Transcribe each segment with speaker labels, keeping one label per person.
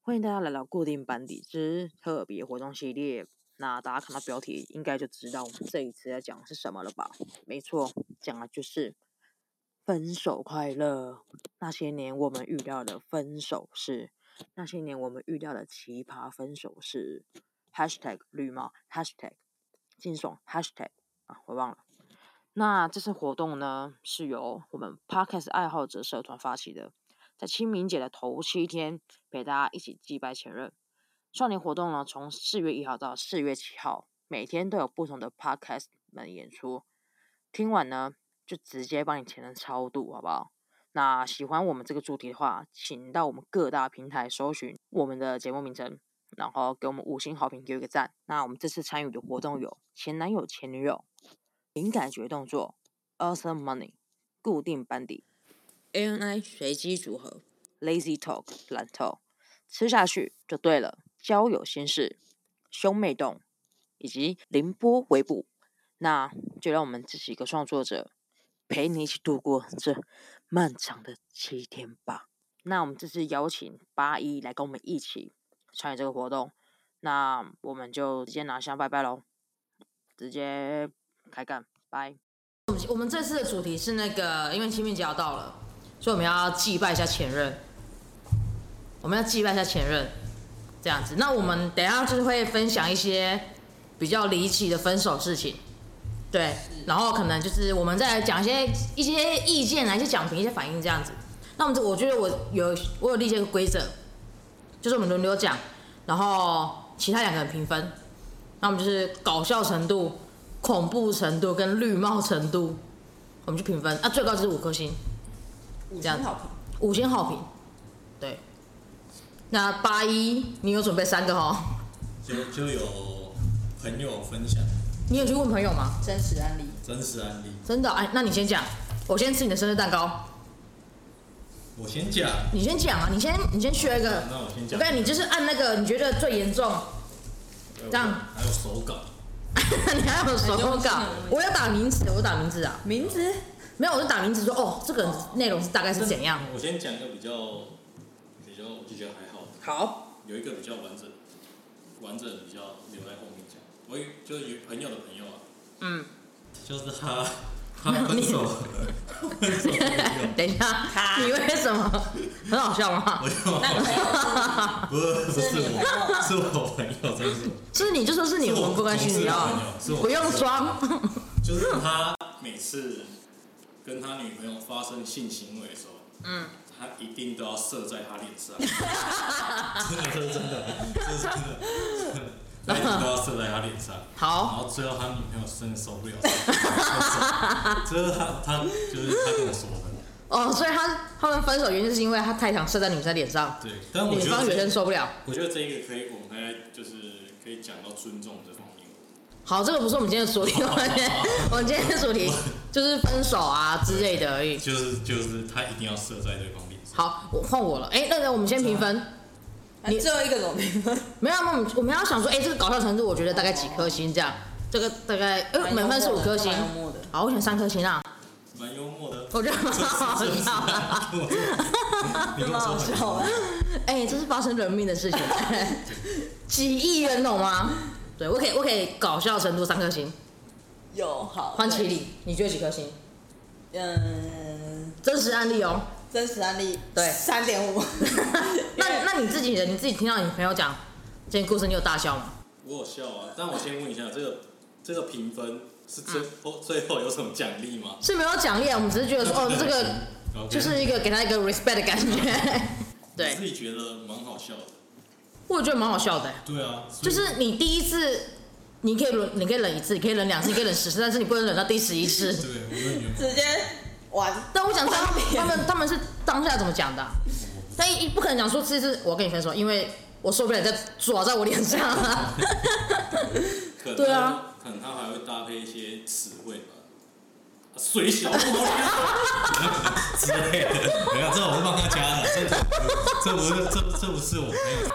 Speaker 1: 欢迎大家来到固定班底之特别活动系列。那大家看到标题应该就知道我们这一次要讲的是什么了吧？没错，讲的就是分手快乐。那些年我们遇到的分手事，那些年我们遇到的奇葩分手事。#hashtag 绿帽 #hashtag 惊悚 #hashtag 啊，我忘了。那这次活动呢，是由我们 Podcast 爱好者社团发起的，在清明节的头七天，陪大家一起祭拜前任。少年活动呢，从四月一号到四月七号，每天都有不同的 Podcast 们演出。听完呢，就直接帮你前任超度，好不好？那喜欢我们这个主题的话，请到我们各大平台搜寻我们的节目名称，然后给我们五星好评，给一个赞。那我们这次参与的活动有前男友、前女友。灵感决动作，Awesome Money，固定班底，ANI 随机组合，Lazy Talk 懒透，吃下去就对了，交友心事，兄妹洞，以及凌波微步。那就让我们这几个创作者陪你一起度过这漫长的七天吧。那我们这次邀请八一来跟我们一起参与这个活动，那我们就直接拿下拜拜喽，直接开干，拜。我们我们这次的主题是那个，因为清明节要到了，所以我们要祭拜一下前任。我们要祭拜一下前任，这样子。那我们等一下就是会分享一些比较离奇的分手事情，对。然后可能就是我们再讲一些一些意见啊，一些讲评，一些反应这样子。那我们这我觉得我有我有立这个规则，就是我们轮流讲，然后其他两个人评分。那我们就是搞笑程度、恐怖程度跟绿帽程度，我们去评分。啊，最高就是五颗星，
Speaker 2: 五
Speaker 1: 这样
Speaker 2: 星
Speaker 1: 子
Speaker 2: 好评。
Speaker 1: 五星好评。对，那八一你有准备三个哦？
Speaker 3: 就就有朋友分享
Speaker 1: 你有去问朋友吗？
Speaker 2: 真实案例，
Speaker 3: 真实案例，
Speaker 1: 真的哦？哎，那你先讲，我先吃你的生日蛋糕。
Speaker 3: 我先讲，
Speaker 1: 你先讲啊，你先你先缺一个。
Speaker 3: 那我先
Speaker 1: 我
Speaker 3: 讲，
Speaker 1: 看你就是按那个你觉得最严重， 这样
Speaker 3: 还有手稿，
Speaker 1: 哎你还有手
Speaker 2: 很用心
Speaker 1: 稿
Speaker 2: 啊，
Speaker 1: 我要打名字，我打名字啊，
Speaker 2: 名字
Speaker 1: 没有，我就打名字说哦，这个人内容是大概是怎样。
Speaker 3: 我先讲一个比较比较我就觉得还好，
Speaker 1: 好，
Speaker 3: 有一个比较完整，完整的比较留在后面讲。我有就是有朋友的朋友啊，
Speaker 1: 嗯，
Speaker 3: 就是他他分 手了，分手的朋友，
Speaker 1: 等一下，你为什么 很好笑吗？
Speaker 3: 我就
Speaker 2: 那个朋友
Speaker 3: 不是不
Speaker 2: 是
Speaker 3: 是
Speaker 2: 你的朋友
Speaker 3: 我，是我朋友，真是我。
Speaker 1: 是你就说是你，
Speaker 3: 是
Speaker 1: 我
Speaker 3: 我
Speaker 1: 们不关心
Speaker 3: 同
Speaker 1: 你
Speaker 3: 事的
Speaker 1: 啊
Speaker 3: 朋友是，我
Speaker 1: 不用
Speaker 3: 同事的
Speaker 1: 装。
Speaker 3: 就是
Speaker 1: 嗯
Speaker 3: 他每次跟他女朋友发生性行为的时候，
Speaker 1: 嗯，
Speaker 3: 他一定都要射在他脸 上，真的，这是真的，这是真的，真的他一定都要射在他脸上。然
Speaker 1: 好，
Speaker 3: 后最后他女朋友真的受不了，分手最后他他就是他跟我说的，
Speaker 1: 哦，所以他他们分手原因就是因为他太想射在女生脸上，
Speaker 3: 对，但我
Speaker 1: 女
Speaker 3: 觉
Speaker 1: 方
Speaker 3: 得
Speaker 1: 原生
Speaker 3: 这
Speaker 1: 受不了。
Speaker 3: 我觉得这一个可以，我们大家就是可以讲到尊重这方面。
Speaker 1: 好，这个不是我们今天的主 题，我们今天我们今天的主题就是分手啊之类的而已。
Speaker 3: 就是就是他一定要射在对方脸上，
Speaker 1: 好，我换我了。哎、那个我们先评分，
Speaker 2: 啊最后一个怎么评分？
Speaker 1: 没有，那我们我们要想说，哎、这个搞笑程度，我觉得大概几颗星这样，这个大概，哎、满分是五颗星。
Speaker 2: 蛮幽 默的。
Speaker 1: 好，我选三颗星啊，
Speaker 3: 蛮幽默的。
Speaker 1: 我觉得蛮好
Speaker 3: 真 是
Speaker 1: 笑的。
Speaker 3: 啊跟我说 你跟我
Speaker 2: 蛮好
Speaker 3: 说
Speaker 2: 笑的，
Speaker 1: 哎、这是发生人命的事情，几亿元，懂吗？对，我可以，我可以搞笑程度三颗星。
Speaker 2: 有好
Speaker 1: 换起，立，你觉得几颗星？
Speaker 2: 对嗯，
Speaker 1: 真实案例 哦。
Speaker 2: 真实案例
Speaker 1: 对
Speaker 2: 三点五，
Speaker 1: 那那你自己的，你自己听到你朋友讲这件故事，你有大笑吗？
Speaker 3: 我有笑啊，但我先问一下，这个这个评分是最后、最后有什么奖励吗？
Speaker 1: 是没有奖励啊，我们只是觉得说，啊哦，这个
Speaker 3: OK
Speaker 1: 就是一个给他一个 respect 的感觉。
Speaker 3: 我
Speaker 1: 对
Speaker 3: 自，己觉得蛮好笑的。
Speaker 1: 我觉得蛮好笑的，
Speaker 3: 对啊，
Speaker 1: 就
Speaker 3: 所以
Speaker 1: 是你第一次，你可以忍，你可以忍一次，你可以忍两次，你可以忍十次，但是你不能忍到第十一次。
Speaker 3: 对，我认为
Speaker 2: 直接完。
Speaker 1: 但我想知道他们他们是当下怎么讲的啊、但一不可能讲说这次我要跟你分手，因为我受不了你在抓在我脸上、啊。
Speaker 3: 可能
Speaker 1: 对啊，
Speaker 3: 可能他还会搭配一些词汇吧，啊水小不好脸之类的。没有，这我是帮他加的，这这不是这这不是我朋友，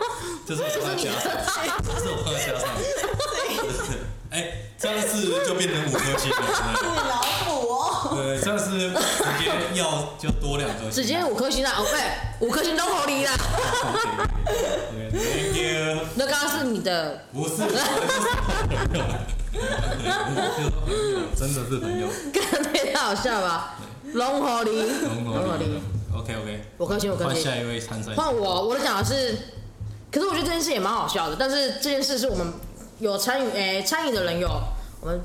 Speaker 3: 这是我帮他加的，这是我帮他加上的。哎，这样是就变成五颗星了真的。
Speaker 2: 对老虎 哦，
Speaker 3: 对，这样是直接要就多两颗星，
Speaker 4: 啊哎
Speaker 1: 直接五颗星啦，哦，对，五颗星都合理啦。
Speaker 3: 对对对对
Speaker 4: 你的，
Speaker 3: 不是，我是朋友，我是朋友，真的是朋友。
Speaker 4: 干太好笑吧？龙hồ狸，龙hồ狸，
Speaker 3: OK OK，
Speaker 4: 我更新，我更
Speaker 3: 换
Speaker 4: 新。
Speaker 3: 下一位参赛者。
Speaker 4: 换我，我的讲的是，可是我觉得这件事也蛮好笑的。但是这件事是我们有参与，诶、参与的人有我们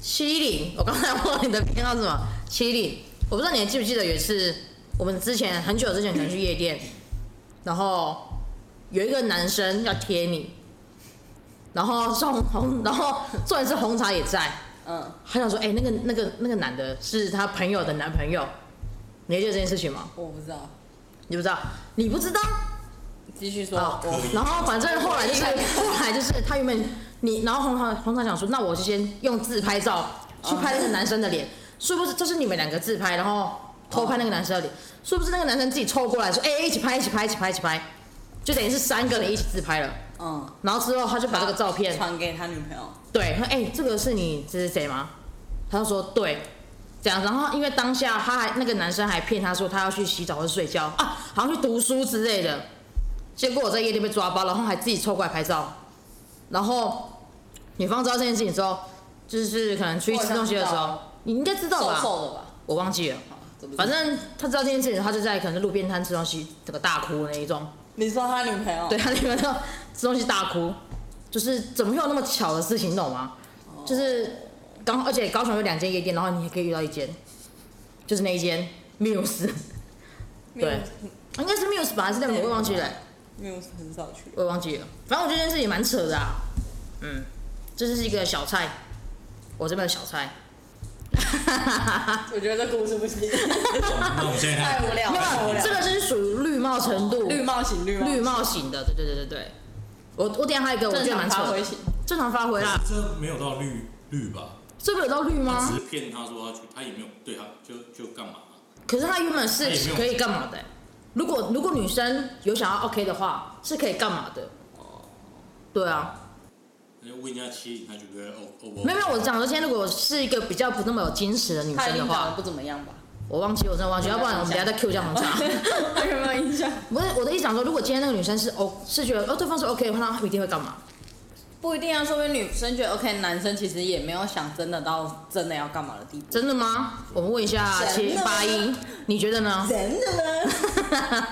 Speaker 4: 七零，我刚才忘了你的编号是什么？七零，我不知道你还记不记得有一次，我们之前很久之前可能去夜店，然后有一个男生要贴你，然后送红，然后重点是红茶也在，
Speaker 2: 嗯，
Speaker 4: 他想说，哎、那个那个那个男的是他朋友的男朋友，你还记得这件事情吗？
Speaker 2: 我不知道，
Speaker 4: 你不知道？你不知道？
Speaker 2: 继续说。
Speaker 4: 哦
Speaker 2: 我
Speaker 4: 然后反正后来就是后来就是他原本你，然后红桃红桃想说，那我就先用自拍照去拍那个男生的脸，殊不知就是你们两个自拍，然后偷拍那个男生的脸，殊不知那个男生自己凑过来说，哎、一起拍，一起拍，一起拍，一起拍，就等于是三个人一起自拍了。
Speaker 2: 嗯，
Speaker 4: 然后之后他就把这个照片
Speaker 2: 传给他女朋友。
Speaker 4: 对，他说哎、这个是你这是谁吗？他就说对，这样。然后因为当下他还那个男生还骗他说他要去洗澡或睡觉啊，好像去读书之类的。结果我在夜店被抓包，然后还自己凑过来拍照。然后女方知道这件事情之后，就是可能出去吃东西的时
Speaker 2: 我好像
Speaker 4: 候
Speaker 2: 知道，
Speaker 4: 你应该知道
Speaker 2: 瘦
Speaker 4: 吧？
Speaker 2: 瘦的吧？
Speaker 4: 我忘记了。
Speaker 2: 好这不是
Speaker 4: 反正他知道这件事情，他就在可能路边摊吃东西，整个大哭那一种。
Speaker 2: 你说他女朋友？
Speaker 4: 对，他那个到吃东西大哭，就是怎么会有那么巧的事情，你懂吗？就是刚好，而且高雄有两间夜店，然后你也可以遇到一间，就是那一间 Muse，
Speaker 2: 没有，
Speaker 4: 对应该是 Muse 吧，还是那个我忘记了、
Speaker 2: 没有很少去。
Speaker 4: 我忘记了。反正我觉得这件事也蛮扯的啊，嗯，这是一个小菜，我这边的小菜。
Speaker 2: 我觉得这故事不行，
Speaker 3: 那我们现在
Speaker 2: 太
Speaker 3: 看，
Speaker 2: 无聊了，太无聊哦
Speaker 4: 这
Speaker 2: 了。
Speaker 4: 个就是属于绿帽程度，
Speaker 2: 哦绿帽型，绿帽
Speaker 4: 绿帽型的，对对对对对。我我点还有一个我
Speaker 2: 正
Speaker 4: 觉得
Speaker 2: 常
Speaker 4: 蛮扯
Speaker 2: 发挥
Speaker 4: 的，
Speaker 2: 型。啊
Speaker 4: 正常发挥啦，
Speaker 3: 这没有到绿绿吧？
Speaker 4: 这边有到绿吗？
Speaker 3: 只是骗他说他去，他也没有对他就就干嘛？
Speaker 4: 可是他原本是
Speaker 3: 他也没有
Speaker 4: 可以干嘛的、如果如果女生有想要 OK 的话，是可以干嘛的？对啊，
Speaker 2: 哦
Speaker 3: 那就问一下七零，他就不会哦哦我。
Speaker 4: 没有没有，我讲说今天如果是一个比较不那么有矜持的女
Speaker 2: 他一
Speaker 4: 生的
Speaker 2: 定长得
Speaker 4: 话，
Speaker 2: 不怎么样吧？
Speaker 4: 我忘记我真的忘记，要不然我们等一下再 Q 一下红茶。
Speaker 2: 他有 没有印象？
Speaker 4: 不是我的意思讲说，如果今天那个女生是 O 是觉得哦对方是 OK 的话，那她一定会干嘛？
Speaker 2: 不一定啊，说明女生觉得 OK，男生其实也没有想真的到真的要干嘛的地步。
Speaker 4: 真的吗？我们问一下
Speaker 2: 真
Speaker 4: 七
Speaker 2: 的吗
Speaker 4: 八一，你觉得呢？
Speaker 2: 真的吗？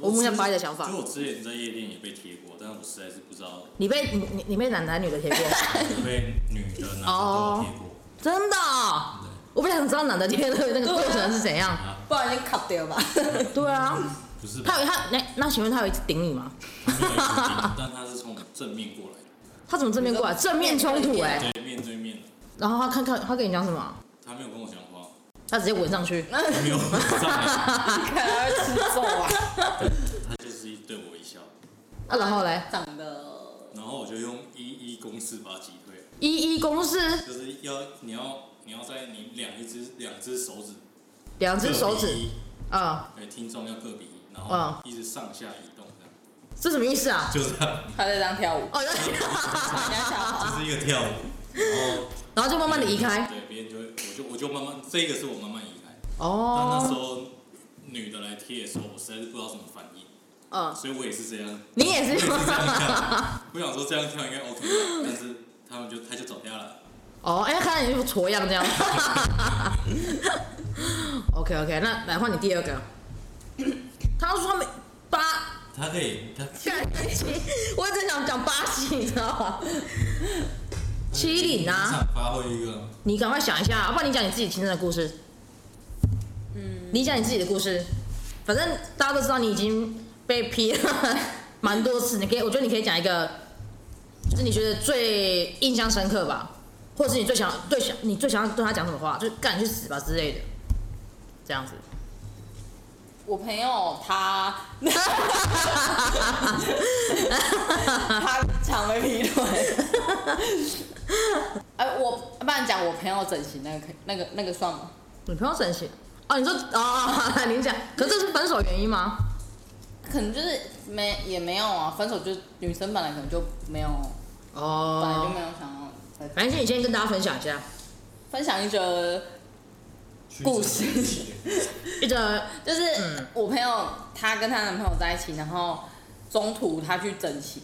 Speaker 4: 我问一下八一的想法
Speaker 3: 就。我之前在夜店也被贴过，但是我实在是不知道
Speaker 4: 你被你你你被男男女的 贴过？
Speaker 3: 我被女的男的都有贴过。
Speaker 4: 真的哦、我不想知道男的贴的那个过程是怎样。
Speaker 2: 不然已经卡掉吧。
Speaker 4: 对啊。
Speaker 3: 不是吧，
Speaker 4: 他有他那那请问他有一直顶你吗？
Speaker 3: 他没有一直盯 但他是从正面过来的，
Speaker 4: 他怎么正面过来？正面冲突哎、
Speaker 3: 对面对面的，
Speaker 4: 然后他看看他跟你讲什么？
Speaker 3: 他没有跟我讲话，
Speaker 4: 他直接吻 上去，
Speaker 3: 他没有上来，
Speaker 2: 看来会吃揍啊！
Speaker 3: 他就是一对我一笑，
Speaker 4: 啊，然后嘞，
Speaker 2: 长得
Speaker 3: 然后我就用一一公式把他击退，
Speaker 4: 一一公式，
Speaker 3: 就是要你要你要在你两一只两只手指，
Speaker 4: 两只手
Speaker 3: 各比
Speaker 4: 指，
Speaker 3: 一，
Speaker 4: 啊、
Speaker 3: 对，听众要各比一，然
Speaker 4: 嗯
Speaker 3: 后一直上下移动这样，
Speaker 4: 这什么意思啊？
Speaker 3: 就是这样，
Speaker 2: 他在这样跳舞，
Speaker 4: 哦，那
Speaker 2: 人家吓跑。
Speaker 3: 就是一个跳舞，然后
Speaker 4: 然后 就慢慢的移开，
Speaker 3: 对，别人就会，我就我就慢慢，这个是我慢慢移开，但那时
Speaker 4: 哦，
Speaker 3: 候女的来贴的时候，我实在是不知道怎么反应，
Speaker 4: 嗯，
Speaker 3: 所以我也是这样。
Speaker 4: 你也是，
Speaker 3: 我想说这样跳应该 OK，吧但是他们就他就走掉了。
Speaker 4: 哦，哎、看到你就挫样这 样，OK OK，那来换你第二个，他说他们八。
Speaker 3: 他可以，他
Speaker 4: 干七，我只想讲巴西，你知道吗？七零啊，
Speaker 3: 场发挥一个，
Speaker 4: 你赶快想一下，啊要不然你讲你自己亲身的故事。嗯，你讲你自己的故事，反正大家都知道你已经被批 了蛮多次，你可以，我觉得你可以讲一个，就是你觉得最印象深刻吧，或者是你最想最想你最想要对他讲什么话，就是干你去死吧之类的，这样子。
Speaker 2: 我朋友他， 他常被劈 腿。哎、我不然讲我朋友整形那个可以，那个那个算吗？
Speaker 4: 女朋友生气哦，你说哦哦，哦 你讲，可是这是分手原因吗？
Speaker 2: 可能就是没也没有啊，分手就是女生本来可能就没有，
Speaker 4: 哦，
Speaker 2: 本来就没有想要再
Speaker 4: 反正你先跟大家分享一下
Speaker 2: 分享一则故事。
Speaker 4: 一个
Speaker 2: 就是我朋友她跟她男朋友在一起，然后中途她去整形，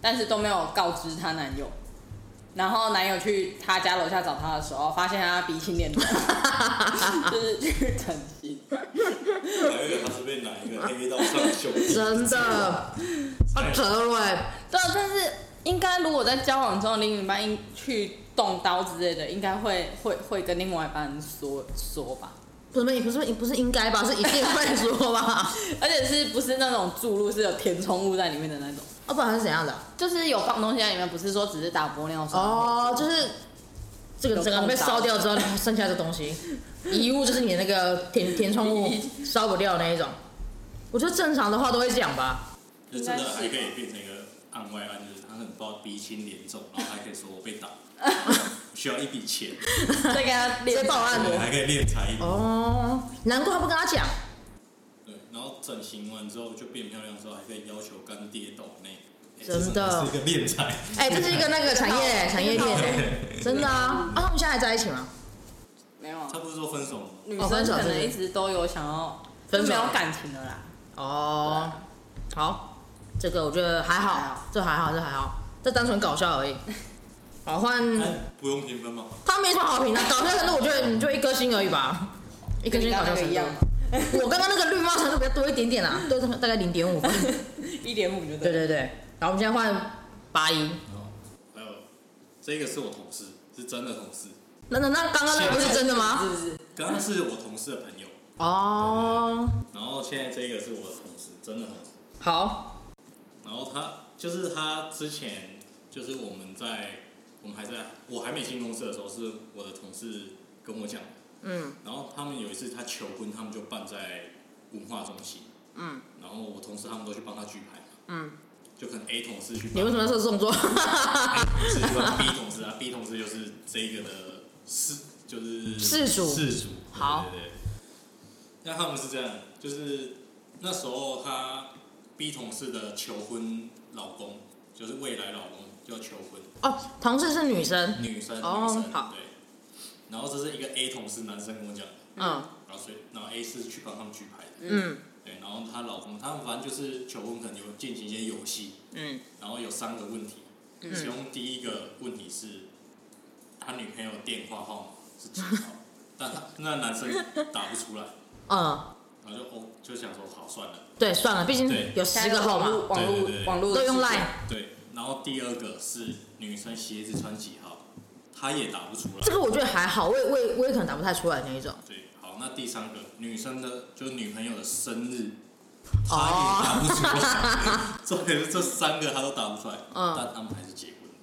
Speaker 2: 但是都没有告知她男友。然后男友去她家楼下找她的时候，发现她鼻青脸肿，就是去整形。
Speaker 3: 还有他是被哪一个黑道上的兄弟？
Speaker 4: 真的，他折了欸，
Speaker 2: 对，啊但是应该如果在交往中，另一半应去动刀之类的，应该会会会跟另外一半说说吧，
Speaker 4: 不是不是不是应该吧，是一定会说吧？
Speaker 2: 而且是不是那种注入是有填充物在里面的那种，
Speaker 4: 哦，不然是怎样的啊？
Speaker 2: 就是有放东西在里面，不是说只是打玻尿酸。
Speaker 4: 哦，就是这个整个被烧掉之后，剩下的东西，遗物就是你那个填填充物烧不掉那一种。我觉得正常的话都会讲吧，
Speaker 3: 就真的还可以变成一个案外案，就是他很包鼻青脸肿，然后还可以说我被打，需要一笔钱，
Speaker 2: 再给他
Speaker 4: 直接
Speaker 2: 练
Speaker 4: 报案
Speaker 3: 我还可以练才艺。
Speaker 4: 啊哦，难怪他不跟他讲，
Speaker 3: 对，然后整形完之后就变漂亮之后，还可以要求干爹抖内。欸
Speaker 4: 真的
Speaker 3: 这真是一个练才。
Speaker 4: 哎、这是一个那个产业产业链哎、真的啊，啊，他们现在还在一起吗？
Speaker 2: 没有啊
Speaker 3: 他，不是说分手吗？
Speaker 2: 女
Speaker 4: 哦分
Speaker 2: 生可
Speaker 4: 手是不
Speaker 2: 能
Speaker 4: 是
Speaker 2: 一直都有想要，
Speaker 4: 分
Speaker 2: 就
Speaker 4: 手
Speaker 2: 没有感情了啦。
Speaker 4: 哦，好，这个我觉得还
Speaker 2: 还
Speaker 4: 好
Speaker 2: 好，
Speaker 4: 这还好，这还好，这单纯搞笑而已。好，换
Speaker 3: 哎，不用评分吗？
Speaker 4: 他没什么好评的、搞笑程度我觉得你就一颗星而已吧，一颗
Speaker 2: 跟
Speaker 4: 星
Speaker 2: 你
Speaker 4: 搞
Speaker 2: 刚刚那
Speaker 4: 笑
Speaker 2: 个
Speaker 4: 程
Speaker 2: 一
Speaker 4: 度
Speaker 2: 样。，
Speaker 4: 我刚刚那个绿帽程度比较多一点点啊，对，大概零点五分。
Speaker 2: 一点五就 了。
Speaker 4: 对对对，然后我们现在换八一。
Speaker 3: 哦还有，这个是我同事，是真的同事，
Speaker 4: 那那那刚刚那个 不是真的吗？
Speaker 2: 是不是？
Speaker 3: 刚刚是我同事的朋友，
Speaker 4: 哦，
Speaker 3: 然后现在这个是我的同事，真的同事。
Speaker 4: 好，
Speaker 3: 然后他就是他之前就是我们在我们还在我还没进公司的时候，是我的同事跟我讲的。
Speaker 4: 嗯
Speaker 3: 然后他们有一次他求婚，他们就办在文化中心。
Speaker 4: 嗯。
Speaker 3: 然后我同事他们都去帮他举牌嘛，
Speaker 4: 嗯，
Speaker 3: 就可能 A 同事去
Speaker 4: 你
Speaker 3: 帮
Speaker 4: 为什么要做这种做？
Speaker 3: A 同事去帮 B 同事啊，B 同事就是这一个的事，就是
Speaker 4: 事主
Speaker 3: 事主。
Speaker 4: 好
Speaker 3: 对对对。那他们是这样，就是那时候他 B 同事的求婚老公，就是未来老公就要求婚。
Speaker 4: 哦，同事是女生，
Speaker 3: 女生，
Speaker 4: 哦
Speaker 3: 女生，
Speaker 4: 好
Speaker 3: 对。然后这是一个 A 同事男生跟我讲，
Speaker 4: 嗯
Speaker 3: 然后所以然后 A 是去帮他们举牌的，
Speaker 4: 嗯
Speaker 3: 对，然后她老公他们反正就是求婚可能有进行一些游戏，
Speaker 4: 嗯
Speaker 3: 然后有三个问题，其中第一个问题是他女朋友电话号码是几 号，但他那男生打不出来，
Speaker 4: 嗯，
Speaker 3: 然后就哦就想说好算了，
Speaker 4: 对，算了，毕
Speaker 3: 对
Speaker 4: 竟有十个号
Speaker 2: 网
Speaker 4: 码
Speaker 2: 络网
Speaker 3: 对对对
Speaker 2: 络网络
Speaker 4: 都用
Speaker 2: 来。
Speaker 4: line，
Speaker 3: 对，然后第二个是女生鞋子穿几号，他也打不出来
Speaker 4: 这，个我觉得还好，我也我也我也可能答不太出来那一种。
Speaker 3: 对，好，那第三个女生的，就是女朋友的生日，她也
Speaker 4: 哦，
Speaker 3: 答不出来。 重点是这三个她都答不出来，
Speaker 4: 嗯
Speaker 3: 但他们还是结婚了。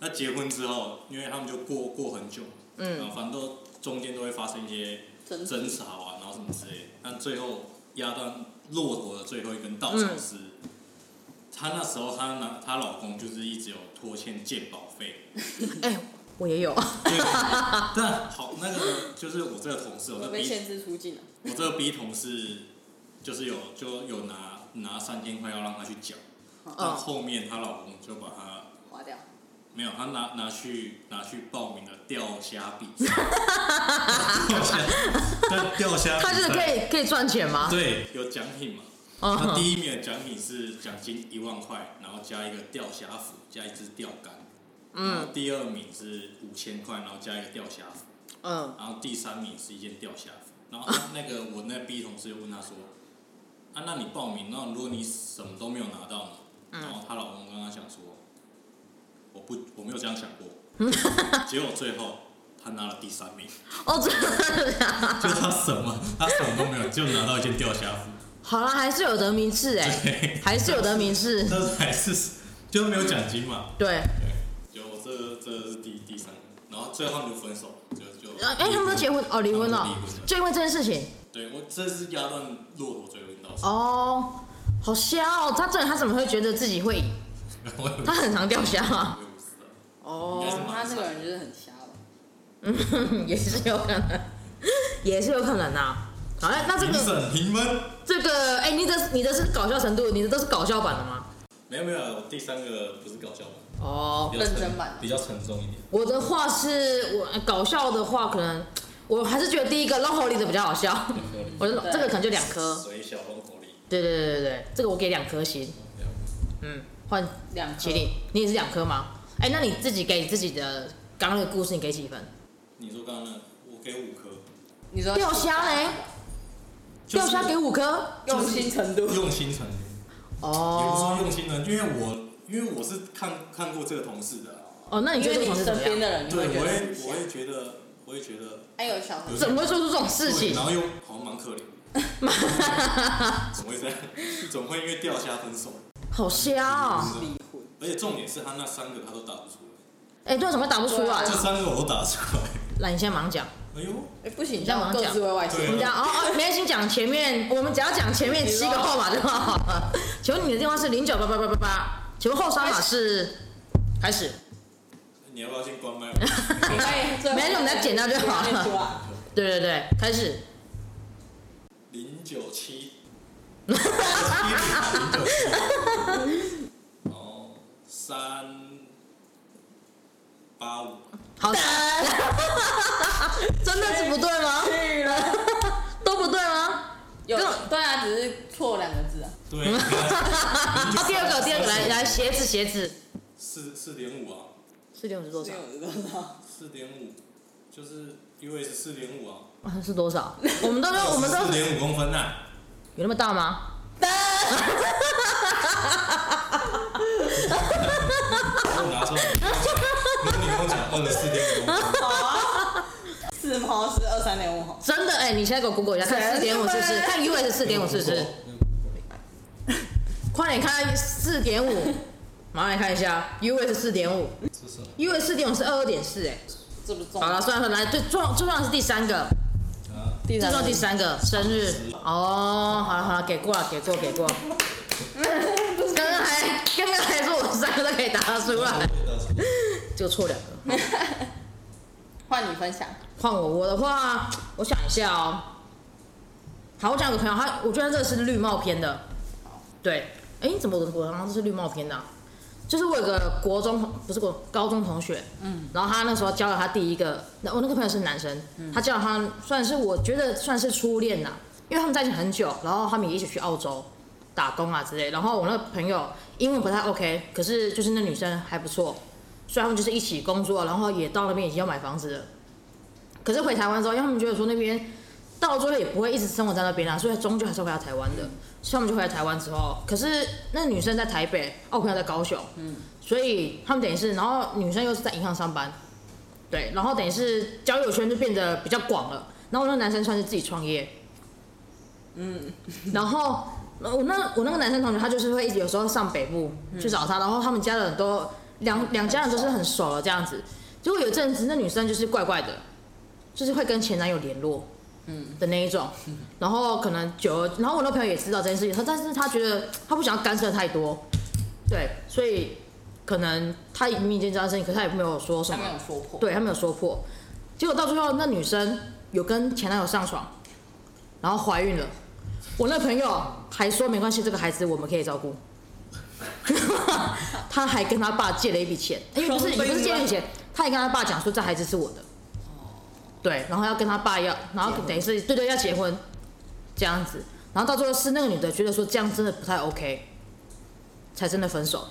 Speaker 3: 那结婚之后，因为他们就过过很久，
Speaker 4: 嗯
Speaker 3: 然后反正都中间都会发生一些
Speaker 2: 争
Speaker 3: 争吵啊，然后什么之类的。但最后压到骆驼的最后一根稻
Speaker 4: 嗯
Speaker 3: 草是，她那时候她拿她老公就是一直有拖欠健保费，
Speaker 4: 哎，我 也有，
Speaker 3: 对，
Speaker 4: 啊
Speaker 3: 但好那个就是我这个同事，我这
Speaker 2: 我
Speaker 3: 个
Speaker 2: 被
Speaker 3: B
Speaker 2: 限制出境了。
Speaker 3: 我这个 B 同事就是有就有拿拿三千块要让他去缴，但
Speaker 4: 嗯
Speaker 3: 后面她老公就把她
Speaker 2: 划掉。
Speaker 3: 没有，她拿拿去拿去报名了钓虾比 赛，钓虾，但钓虾比赛
Speaker 4: 他就是可以可以赚钱吗？
Speaker 3: 对有奖品嘛？
Speaker 4: 啊嗯
Speaker 3: 他第一名的奖品是奖金一万块，然后加一个钓虾服，加一只钓竿。
Speaker 4: 嗯
Speaker 3: 然后第二名是五千块，然后加一个钓虾服。
Speaker 4: 嗯，
Speaker 3: 然后第三名是一件钓虾服。然后他那个我那 B 同事就问他说：“啊，那你报名，那如果你什么都没有拿到呢？”
Speaker 4: 嗯
Speaker 3: 然后她老公跟她讲说：“我不，我没有这样想 过。”结果最后她拿了第三名，
Speaker 4: 哦，真的啊。
Speaker 3: 就她什么，她什么都没有，就拿到一件钓虾服，
Speaker 4: 好了，还是有得名次哎、
Speaker 3: 对
Speaker 4: 还是有得名次。
Speaker 3: 但是还是就没有奖金嘛。
Speaker 4: 对，
Speaker 3: 对，就这这是第第三个，然后最后他们就分手，就就
Speaker 4: 哎、他们都结婚哦，离婚了
Speaker 3: 他们都离婚了，
Speaker 4: 就因为这件事情
Speaker 3: 对我这是压断骆驼最后一根稻草，
Speaker 4: 哦，好瞎哦。他这人他怎么会觉得自己会赢？
Speaker 3: 我也不
Speaker 4: 他很常掉虾啊，
Speaker 3: 我 也不知道。应该是
Speaker 2: 哦
Speaker 3: 蛮
Speaker 2: 他这个人就是很瞎吧？
Speaker 4: 嗯也是有可能，也是有可能啊。好，那那这
Speaker 3: 评
Speaker 4: 个
Speaker 3: 审评分
Speaker 4: 这个，哎、你的你的是搞笑程度，你的都是搞笑版的吗？
Speaker 3: 没有没有，我第三个不是搞笑版，
Speaker 4: 哦，
Speaker 3: 比较沉
Speaker 2: 认真版
Speaker 3: 比较沉重一点。
Speaker 4: 我的话是我搞笑的话，可能我还是觉得第一个 l o w 里的比较好笑。我觉得这个可能就两颗，
Speaker 3: 水小龙口里，
Speaker 4: 对对对对对，这个我给两颗星。嗯，换
Speaker 2: 两颗
Speaker 4: 麒麟，你也是两颗吗？哎、那你自己给自己的刚刚那个故事，你给几分？
Speaker 3: 你说刚刚那我给五颗，
Speaker 2: 你说
Speaker 4: 钓虾嘞？
Speaker 3: 就是
Speaker 4: 钓虾给五颗
Speaker 2: 用心程度，
Speaker 3: 用心程度，也不是说
Speaker 4: 哦
Speaker 3: 用心呢，因为我因为我是看看过这个同事的啊，
Speaker 4: 哦，那你
Speaker 2: 因
Speaker 4: 觉得
Speaker 2: 为
Speaker 4: 这种
Speaker 2: 你
Speaker 4: 是怎
Speaker 2: 身
Speaker 4: 么
Speaker 2: 边
Speaker 4: 样？
Speaker 2: 的人，你
Speaker 3: 对，
Speaker 2: 会觉
Speaker 3: 我
Speaker 2: 得
Speaker 3: 会
Speaker 2: 很
Speaker 3: 我
Speaker 2: 像
Speaker 3: 会觉得我会觉得
Speaker 2: 哎有小朋友
Speaker 4: 怎么会做出这种事
Speaker 3: 对，
Speaker 4: 情
Speaker 3: 然？后又好像蛮可怜的， 怎么会这样？怎么会因为钓虾分手？
Speaker 4: 好瞎哦！
Speaker 2: 离婚，
Speaker 3: 而且重点是他那三个他都打不出来，
Speaker 4: 哎、对啊，怎么会打不出
Speaker 2: 对
Speaker 4: 来
Speaker 2: 啊
Speaker 3: 这？三个我都打出来。
Speaker 4: 来，你现在马上讲。
Speaker 3: 哎呦，
Speaker 2: 哎不行，
Speaker 4: 你
Speaker 2: 这
Speaker 4: 这样
Speaker 2: 样各自为外
Speaker 3: 对
Speaker 4: 你
Speaker 2: 泄
Speaker 3: 啊。
Speaker 4: 讲哦哦，没先讲前面，我们只要讲前面七个号码就好了。 请问你的电话是零九八八八八八，请问后三码是？开始，
Speaker 3: 你要不要先关麦？
Speaker 2: 你可以最后
Speaker 4: 没事我们再剪掉就好了
Speaker 2: 你要念出来
Speaker 4: 对对对，开始。
Speaker 3: 零九七，零九七，然后哦三八五，
Speaker 4: 好 的，真的是不对吗？
Speaker 2: 去了。
Speaker 4: 都不对吗？
Speaker 2: 有对啊，只是错两个字啊。
Speaker 3: 对，你看
Speaker 4: 好，第二个，第二个，来来，鞋子，鞋子，
Speaker 3: 四四点五啊，
Speaker 4: 四点五是多
Speaker 2: 没
Speaker 4: 少？
Speaker 2: 有多少？
Speaker 3: 四点五，就是 US 四点五啊，
Speaker 4: 啊，是多少？我们都说，我们都
Speaker 3: 四
Speaker 4: 有
Speaker 3: 点五公分呐、
Speaker 4: 那么大吗？
Speaker 3: 啊，我拿出来，如果你跟我讲二十四点五公分，
Speaker 2: 好啊，四毛是二三点五毫。
Speaker 4: 真的，哎，你现在给我 Google 一下，看四点五是不是？看 US 四点五是不是？快点看四点五，马上来看一下 US 四点五
Speaker 3: 这是什么？
Speaker 4: ，US 四点五是二二点四哎。
Speaker 2: 这不重
Speaker 4: 好
Speaker 2: 要
Speaker 4: 了，。算了算了，来最重最重要的是第三个，
Speaker 3: 啊，
Speaker 2: 第
Speaker 4: 最重要的第三个生日哦，好了好了，给过了给过给过。刚刚还刚刚还说我三个都可以答出来，就错两个。
Speaker 2: 换你分享。
Speaker 4: 换我，我的话，我想一下哦。好，我讲个朋友，他我觉得这个是绿帽篇的。对，哎，怎么我的我好像是绿帽篇的啊、就是我有个国中同不是国高中同学，嗯，然后他那时候交了他第一个，那我那个朋友是男生，他交了他算是我觉得算是初恋呐、因为他们在一起很久，然后他们也一起去澳洲打工啊之类，然后我那个朋友英文不太 OK，可是就是那女生还不错，所以他们就是一起工作，然后也到那边已经要买房子了。可是回台湾之后，因为他们觉得说那边到最后也不会一直生活在那边啊，所以终究还是回到台湾的。所以他们就回来台湾之后，可是那女生在台北，哦，我朋友在高雄，嗯，所以他们等于是，然后女生又是在银行上班，对，然后等于是交友圈就变得比较广了。然后我那个男生算是自己创业，嗯，然后我那我那个男生同学他就是会一直有时候上北部去找他，然后他们家人都两两家人都是很熟了这样子。结果有一阵子那女生就是怪怪的，就是会跟前男友联络，嗯的那一种，然后可能久了，然后我那朋友也知道这件事情，他但是他觉得他不想要干涉太多，对，所以可能他明明已经知道这件事情，可是他也没有说什
Speaker 2: 他
Speaker 4: 么
Speaker 2: 没，有说破。
Speaker 4: 对他没有说破，结果到最后那女生有跟前男友上床，然后怀孕了，我那朋友还说没关系，这个孩子我们可以照顾。 他还跟他爸借了一笔钱，因为不是也不是借了一笔钱，他还跟他爸讲说这孩子是我的，对，然后要跟他爸要，然后等于是对对要结婚这样子，然后到最后是那个女的觉得说这样真的不太 OK，才真的分手。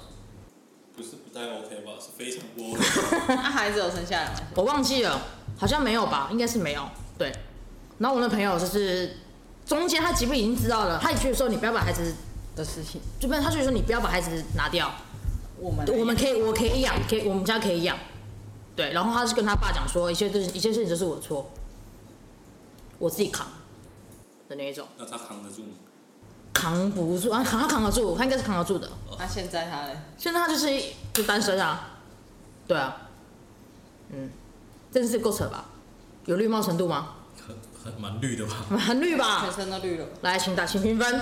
Speaker 3: 不是不太 OK 吧？是非常不 OK。
Speaker 2: 那啊孩子有生下来吗？
Speaker 4: 我忘记了，好像没有吧，应该是没有。对，然后我那朋友就是中间他即便已经知道了，他也觉得说你不要把孩子，
Speaker 2: 的事情，
Speaker 4: 就不是他就说你不要把孩子拿掉，
Speaker 2: 我们
Speaker 4: 我们可以我可以养，可以我们家可以养。对，然后他是跟他爸讲说，一切都是一切事情都是我的错，我自己扛的那一种，
Speaker 3: 那他扛得住吗？
Speaker 4: 扛不住啊，扛他扛得住，他应该是扛得住的。
Speaker 2: 那啊现在他嘞？
Speaker 4: 现在他就是就单身啊，对啊，嗯，真是够扯吧？有绿帽程度吗？
Speaker 3: 很很蛮绿的 吧？
Speaker 4: 很绿吧
Speaker 2: 全？身都绿了，
Speaker 4: 来，请打请评分。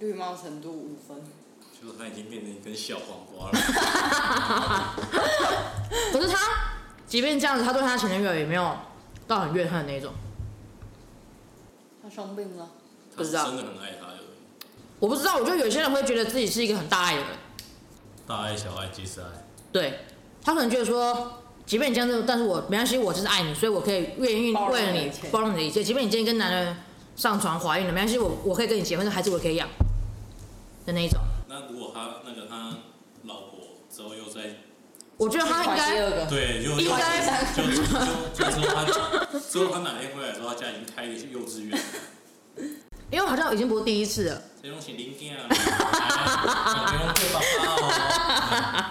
Speaker 2: 绿帽程度五分。
Speaker 3: 就是他已经变成一根小黄瓜了。
Speaker 4: 可是他，即便这样子，他对他前男友也没有到很怨恨那种。
Speaker 2: 他生病了，
Speaker 3: 他
Speaker 4: 不
Speaker 3: 是
Speaker 4: 知道
Speaker 3: 真的很爱他的，
Speaker 4: 我不知道，我觉得有些人会觉得自己是一个很大爱的人，
Speaker 3: 大爱小爱皆是爱。
Speaker 4: 对他可能觉得说，即便你这样子，但是我没关系，我就是爱你，所以我可以愿意
Speaker 2: 包容
Speaker 4: 为了
Speaker 2: 你的
Speaker 4: 你
Speaker 2: 一切
Speaker 4: 包容你的一切。即便你今天跟男人上床怀孕了，没关系，我我可以跟你结婚，这孩子我可以养的那一种。
Speaker 3: 那那如果他那个他老婆之后又在，
Speaker 4: 我觉得他应
Speaker 2: 第二
Speaker 4: 该，
Speaker 2: 个，啊
Speaker 3: 对，就
Speaker 4: 应 该
Speaker 3: 就就就就之后他之后他哪天回来之后，他家已经开一个幼稚园，
Speaker 4: 因为好像已经不是第一次了。
Speaker 3: 这东西零件啊，啊不用对爸爸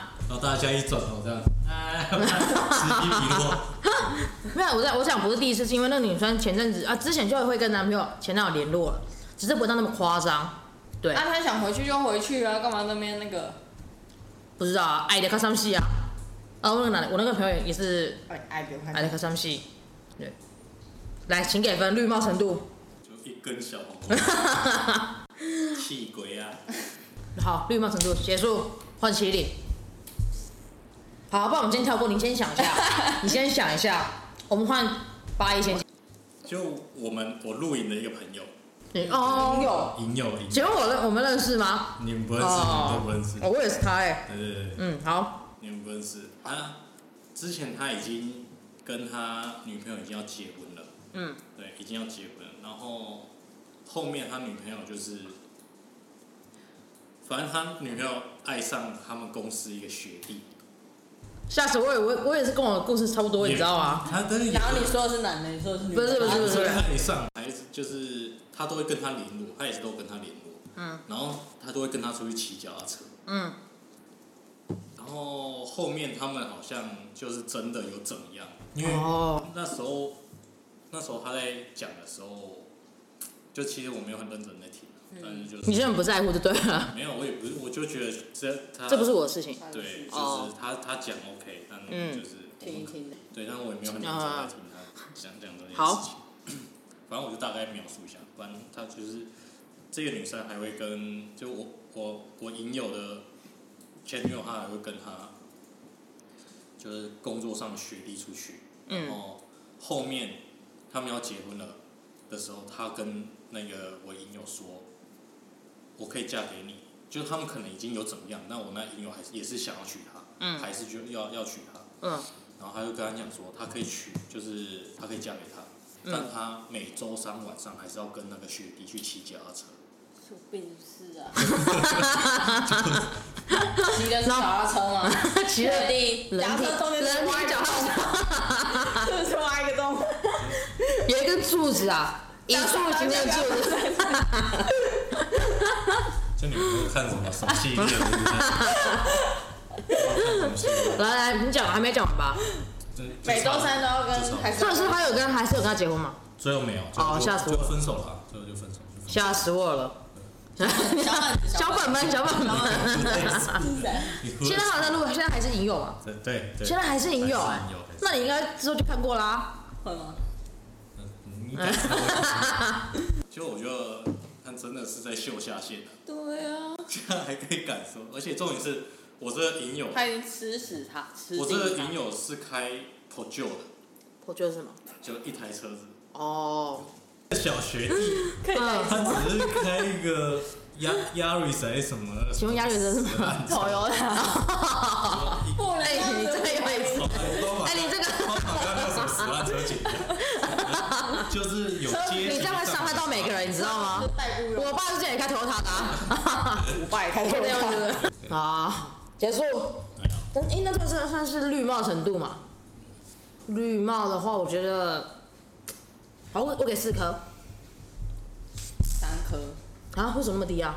Speaker 3: 哦。然后大家一转头这样，哎，吃鸡皮肉。
Speaker 4: 没有，我在我想不是第一次，是因为那个女生前阵子啊，之前就会跟男朋友前男友联络了，只是不会到那么夸张。对，
Speaker 2: 啊，他想回去就回去啊了，干嘛那边那个？
Speaker 4: 不知道啊，爱的看上戏啊。啊，我那个男的，我那个朋友也是
Speaker 2: 哎哎，别看
Speaker 4: 爱的看上戏。对，来，请给分，绿帽程度。
Speaker 3: 就一根小红瓜，气鬼啊！
Speaker 4: 好，绿帽程度结束，换麒麟。好，不然我们今天跳过，您先想一下， 你先想一下，我们换八一先。
Speaker 3: 就我们我录影的一个朋友，
Speaker 4: 你哦，
Speaker 2: 有
Speaker 3: 影友影
Speaker 4: 请
Speaker 3: 友，
Speaker 4: 问我认我们认识吗？
Speaker 3: 你们不认识，你们都
Speaker 4: 哦
Speaker 3: 不认识，，
Speaker 4: 哦我也是他哎、
Speaker 3: 对对对，
Speaker 4: 嗯，好，
Speaker 3: 你们不认识啊。之前他已经跟他女朋友已经要结婚了，
Speaker 4: 嗯，
Speaker 3: 对，已经要结婚了，然后后面他女朋友就是，反正他女朋友爱上他们公司一个学弟，
Speaker 4: 下次我也我我也是跟我的故事差不多，你知道啊吗？？
Speaker 3: 他但是
Speaker 2: 然后你说的是男的，你说的是女的，
Speaker 4: 不是不是
Speaker 3: 啊他
Speaker 4: 不是
Speaker 3: 虽然爱上，还是就是他都会跟他联络，他也是都跟他联络。
Speaker 4: 嗯。
Speaker 3: 然后他都会跟他出去骑脚踏车，
Speaker 4: 嗯，
Speaker 3: 然后后面他们好像就是真的有怎么样，因为
Speaker 4: 哦，
Speaker 3: 那时候那时候他在讲的时候，就其实我没有很认真在听，但是就是
Speaker 4: 嗯你真的不在乎就对 了，
Speaker 3: 没有，我也不是，我就觉得这他
Speaker 4: 这不是我的事情。
Speaker 2: 啊
Speaker 3: 对，就
Speaker 4: 哦
Speaker 3: 是他他讲 OK，但
Speaker 4: 嗯
Speaker 3: 就是我
Speaker 2: 听一
Speaker 3: 们
Speaker 2: 听的。
Speaker 3: 对，但我也没有很认真在听他讲讲这件事情。
Speaker 4: 啊好，
Speaker 3: 反正我就大概描述一下，反正他就是这个女生还会跟就我我我引友的前女友，她还会跟她就是工作上的学历出去，然
Speaker 4: 嗯，
Speaker 3: 后后面他们要结婚了的时候，她跟那个我引友说，我可以嫁给你。就是他们可能已经有怎么样，那我那引友还是也是想要娶她，
Speaker 4: 嗯
Speaker 3: 还是就要要娶她，
Speaker 4: 嗯，
Speaker 3: 然后他就跟他讲说，他可以娶，就是他可以嫁给他，但他每周三晚上还是要跟那个学弟去骑脚踏车。
Speaker 2: 有病是啊！骑的是脚踏车吗？
Speaker 4: 骑的
Speaker 2: 地脚踏车中间
Speaker 4: 人
Speaker 2: 是
Speaker 4: 体
Speaker 2: 挖一个
Speaker 4: 脚
Speaker 2: 洞，是 不是挖一个洞？
Speaker 4: 有一根柱子啊，一柱形的柱子。
Speaker 3: 就你们有看什么什么 系列？对不对有没有看什么系列
Speaker 4: 来来，你讲还没讲完吧？
Speaker 3: 就是
Speaker 2: 每周三都哦要跟
Speaker 3: 就吵
Speaker 2: 还
Speaker 4: 这是他有跟还是有跟他结婚吗？
Speaker 3: 最后没有，就
Speaker 4: 哦
Speaker 3: 就
Speaker 4: 吓死我
Speaker 3: 就分手了，最后就分手。就分手
Speaker 4: 吓死我了！小本本，小本 本。
Speaker 3: 你喝
Speaker 4: 现在还在录，现在还是影友啊，
Speaker 3: 对对对，
Speaker 4: 现在还是影友哎
Speaker 3: 还是影友。
Speaker 4: 那你应该之后就看过啦、
Speaker 2: 会吗？
Speaker 3: 嗯你敢说我就我觉得他真的是在秀下限，
Speaker 2: 对啊，
Speaker 3: 这样还可以敢说，而且重点是我这个影友，
Speaker 2: 他已经吃死他，吃
Speaker 3: 我这
Speaker 2: 定
Speaker 3: 个
Speaker 2: 他
Speaker 3: 影。友是开 p r o 的，
Speaker 4: 我觉得是什么？
Speaker 3: 就一台车子。
Speaker 4: 哦，
Speaker 3: 小学弟，
Speaker 2: 可以来
Speaker 4: 嗯
Speaker 3: 他只是开一个压压瑞还是什么？
Speaker 4: 请问亚瑞是什 么？
Speaker 2: 头油他，不能
Speaker 4: 哎、你这个有一次，哎、
Speaker 3: 哎
Speaker 4: 你这个，
Speaker 3: 我好像没有什么十万车钱，就是有接。
Speaker 4: 你这样会伤害到每个人，你知道吗？
Speaker 2: 代步
Speaker 4: 我爸是这里开头塔的、 啊，
Speaker 2: 五 百开
Speaker 4: 这
Speaker 2: 头
Speaker 4: 个样子。啊，结束。但哎、那这个算算是绿帽程度嘛？绿帽的话，我觉得，好，我我给四颗。
Speaker 2: 三颗，
Speaker 4: 啊，为什么那么低啊？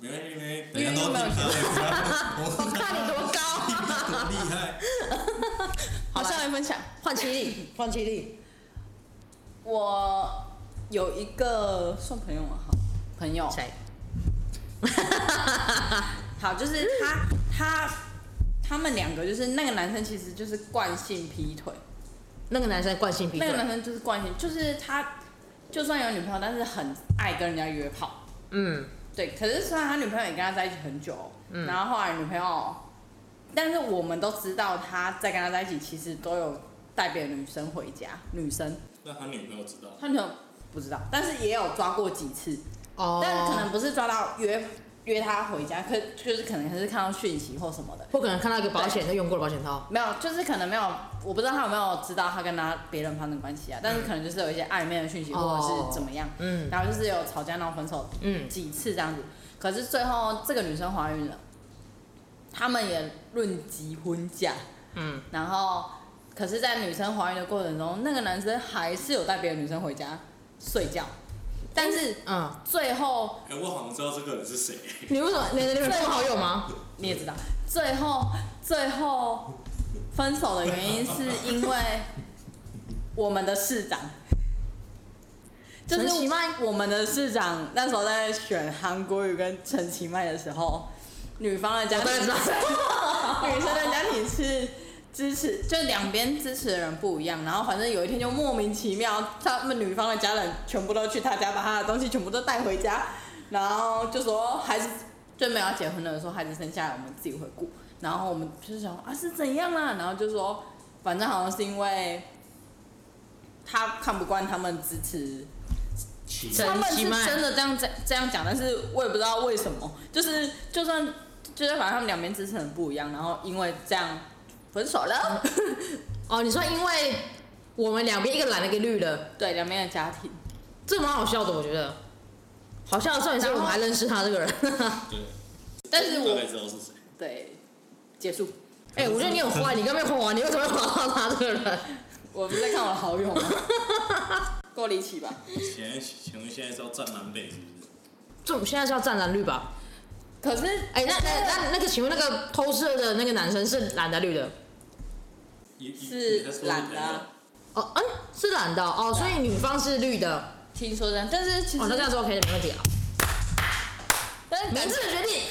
Speaker 3: 没关系，没关系，
Speaker 2: 因为
Speaker 3: 等一下
Speaker 2: 又没有
Speaker 3: 都
Speaker 2: 钱
Speaker 4: 我
Speaker 3: 我
Speaker 4: 看你多高、啊。
Speaker 3: 多厉害，
Speaker 2: 好，下来分享。
Speaker 4: 换七力， 换七力。
Speaker 2: 我有一个算朋友吗？啊好，朋友，
Speaker 4: 谁？
Speaker 2: 好，
Speaker 4: 嗯
Speaker 2: 就是他，他，他们两个就是那个男生，其实就是惯性劈腿，
Speaker 4: 那个男生惯性劈
Speaker 2: 那个男
Speaker 4: 腿。
Speaker 2: 生就是惯性，就是他就算有女朋友，但是很爱跟人家约炮。
Speaker 4: 嗯，
Speaker 2: 对，可是虽然他女朋友也跟他在一起很久，然后后来女朋友，但是我们都知道他在跟他在一起，其实都有带别的女生回家，女生，
Speaker 3: 让他女朋友知道。
Speaker 2: 他女朋友不知道，但是也有抓过几次，
Speaker 4: 哦。
Speaker 2: 但是可能不是抓到约约他回家，可就是可能还是看到讯息或什么的，
Speaker 4: 或可能看到一个保险都用过的保险套，
Speaker 2: 没有，就是可能没有，我不知道他有没有知道他跟他别人发生关系啊，但是可能就是有一些暧昧的讯息或者是怎么样，
Speaker 4: 嗯
Speaker 2: 然后就是有吵架闹分手
Speaker 4: 嗯
Speaker 2: 几次这样子，可是最后这个女生怀孕了，他们也论及婚嫁，
Speaker 4: 嗯，
Speaker 2: 然后可是，在女生怀孕的过程中，那个男生还是有带别的女生回家睡觉，但是
Speaker 4: 嗯，
Speaker 2: 最后
Speaker 3: 哎、我好像知道这个人是谁，
Speaker 4: 你为什么你你们是好友吗？
Speaker 2: 你也知道，啊最后最后分手的原因是因为我们的市 长，就
Speaker 4: 陈其
Speaker 2: 是
Speaker 4: 迈
Speaker 2: 我们的市长那时候在选韩国瑜跟陈其迈的时候，女方的家
Speaker 4: 我
Speaker 2: 庭
Speaker 4: 当然知 道
Speaker 2: 女生的家庭是支持，就两边支持的人不一样。然后反正有一天就莫名其妙，他们女方的家人全部都去他家，把他的东西全部都带回家，然后就说孩子就没有要结婚了，说孩子生下来我们自己回顾。然后我们就是想啊是怎样啦，然后就说反正好像是因为他看不惯他们支持
Speaker 3: 奇
Speaker 4: 陈
Speaker 2: 他们
Speaker 4: 其
Speaker 2: 是
Speaker 4: 迈
Speaker 2: 真的这样这这样讲，但是我也不知道为什么，就是就算就是反正他们两边支持很不一样，然后因为这样分手了，
Speaker 4: 哦，你说因为我们两边一个蓝的一个绿的，
Speaker 2: 对两边的家庭，
Speaker 4: 这蛮好笑的，我觉得。好笑的重点是我们还认识他这个人。
Speaker 3: 对，
Speaker 2: 但是
Speaker 3: 大
Speaker 2: 我
Speaker 3: 概知道是谁。
Speaker 2: 对结束，
Speaker 4: 哎、我觉得你很坏，你刚没火完，你为什么会跑到他这个人？
Speaker 2: 我不是在看我的好友吗？够离奇吧？
Speaker 3: 请问请问现在是要站南北是不是？
Speaker 4: 这我们现在是要站蓝绿吧？
Speaker 2: 可是
Speaker 4: 哎、那那那那个，请问那个偷射的那个男生是蓝的绿的？
Speaker 3: 你你
Speaker 2: 是
Speaker 3: 你在说
Speaker 2: 懒
Speaker 3: 你
Speaker 2: 的
Speaker 3: 朋友
Speaker 2: 啊
Speaker 4: 哦，嗯，是蓝的哦，哦所以女方是绿的。哦，
Speaker 2: 听说这样，但是其实、
Speaker 4: 那这样子 OK 的，没问题啊。
Speaker 2: 但是感
Speaker 4: 明智的决定。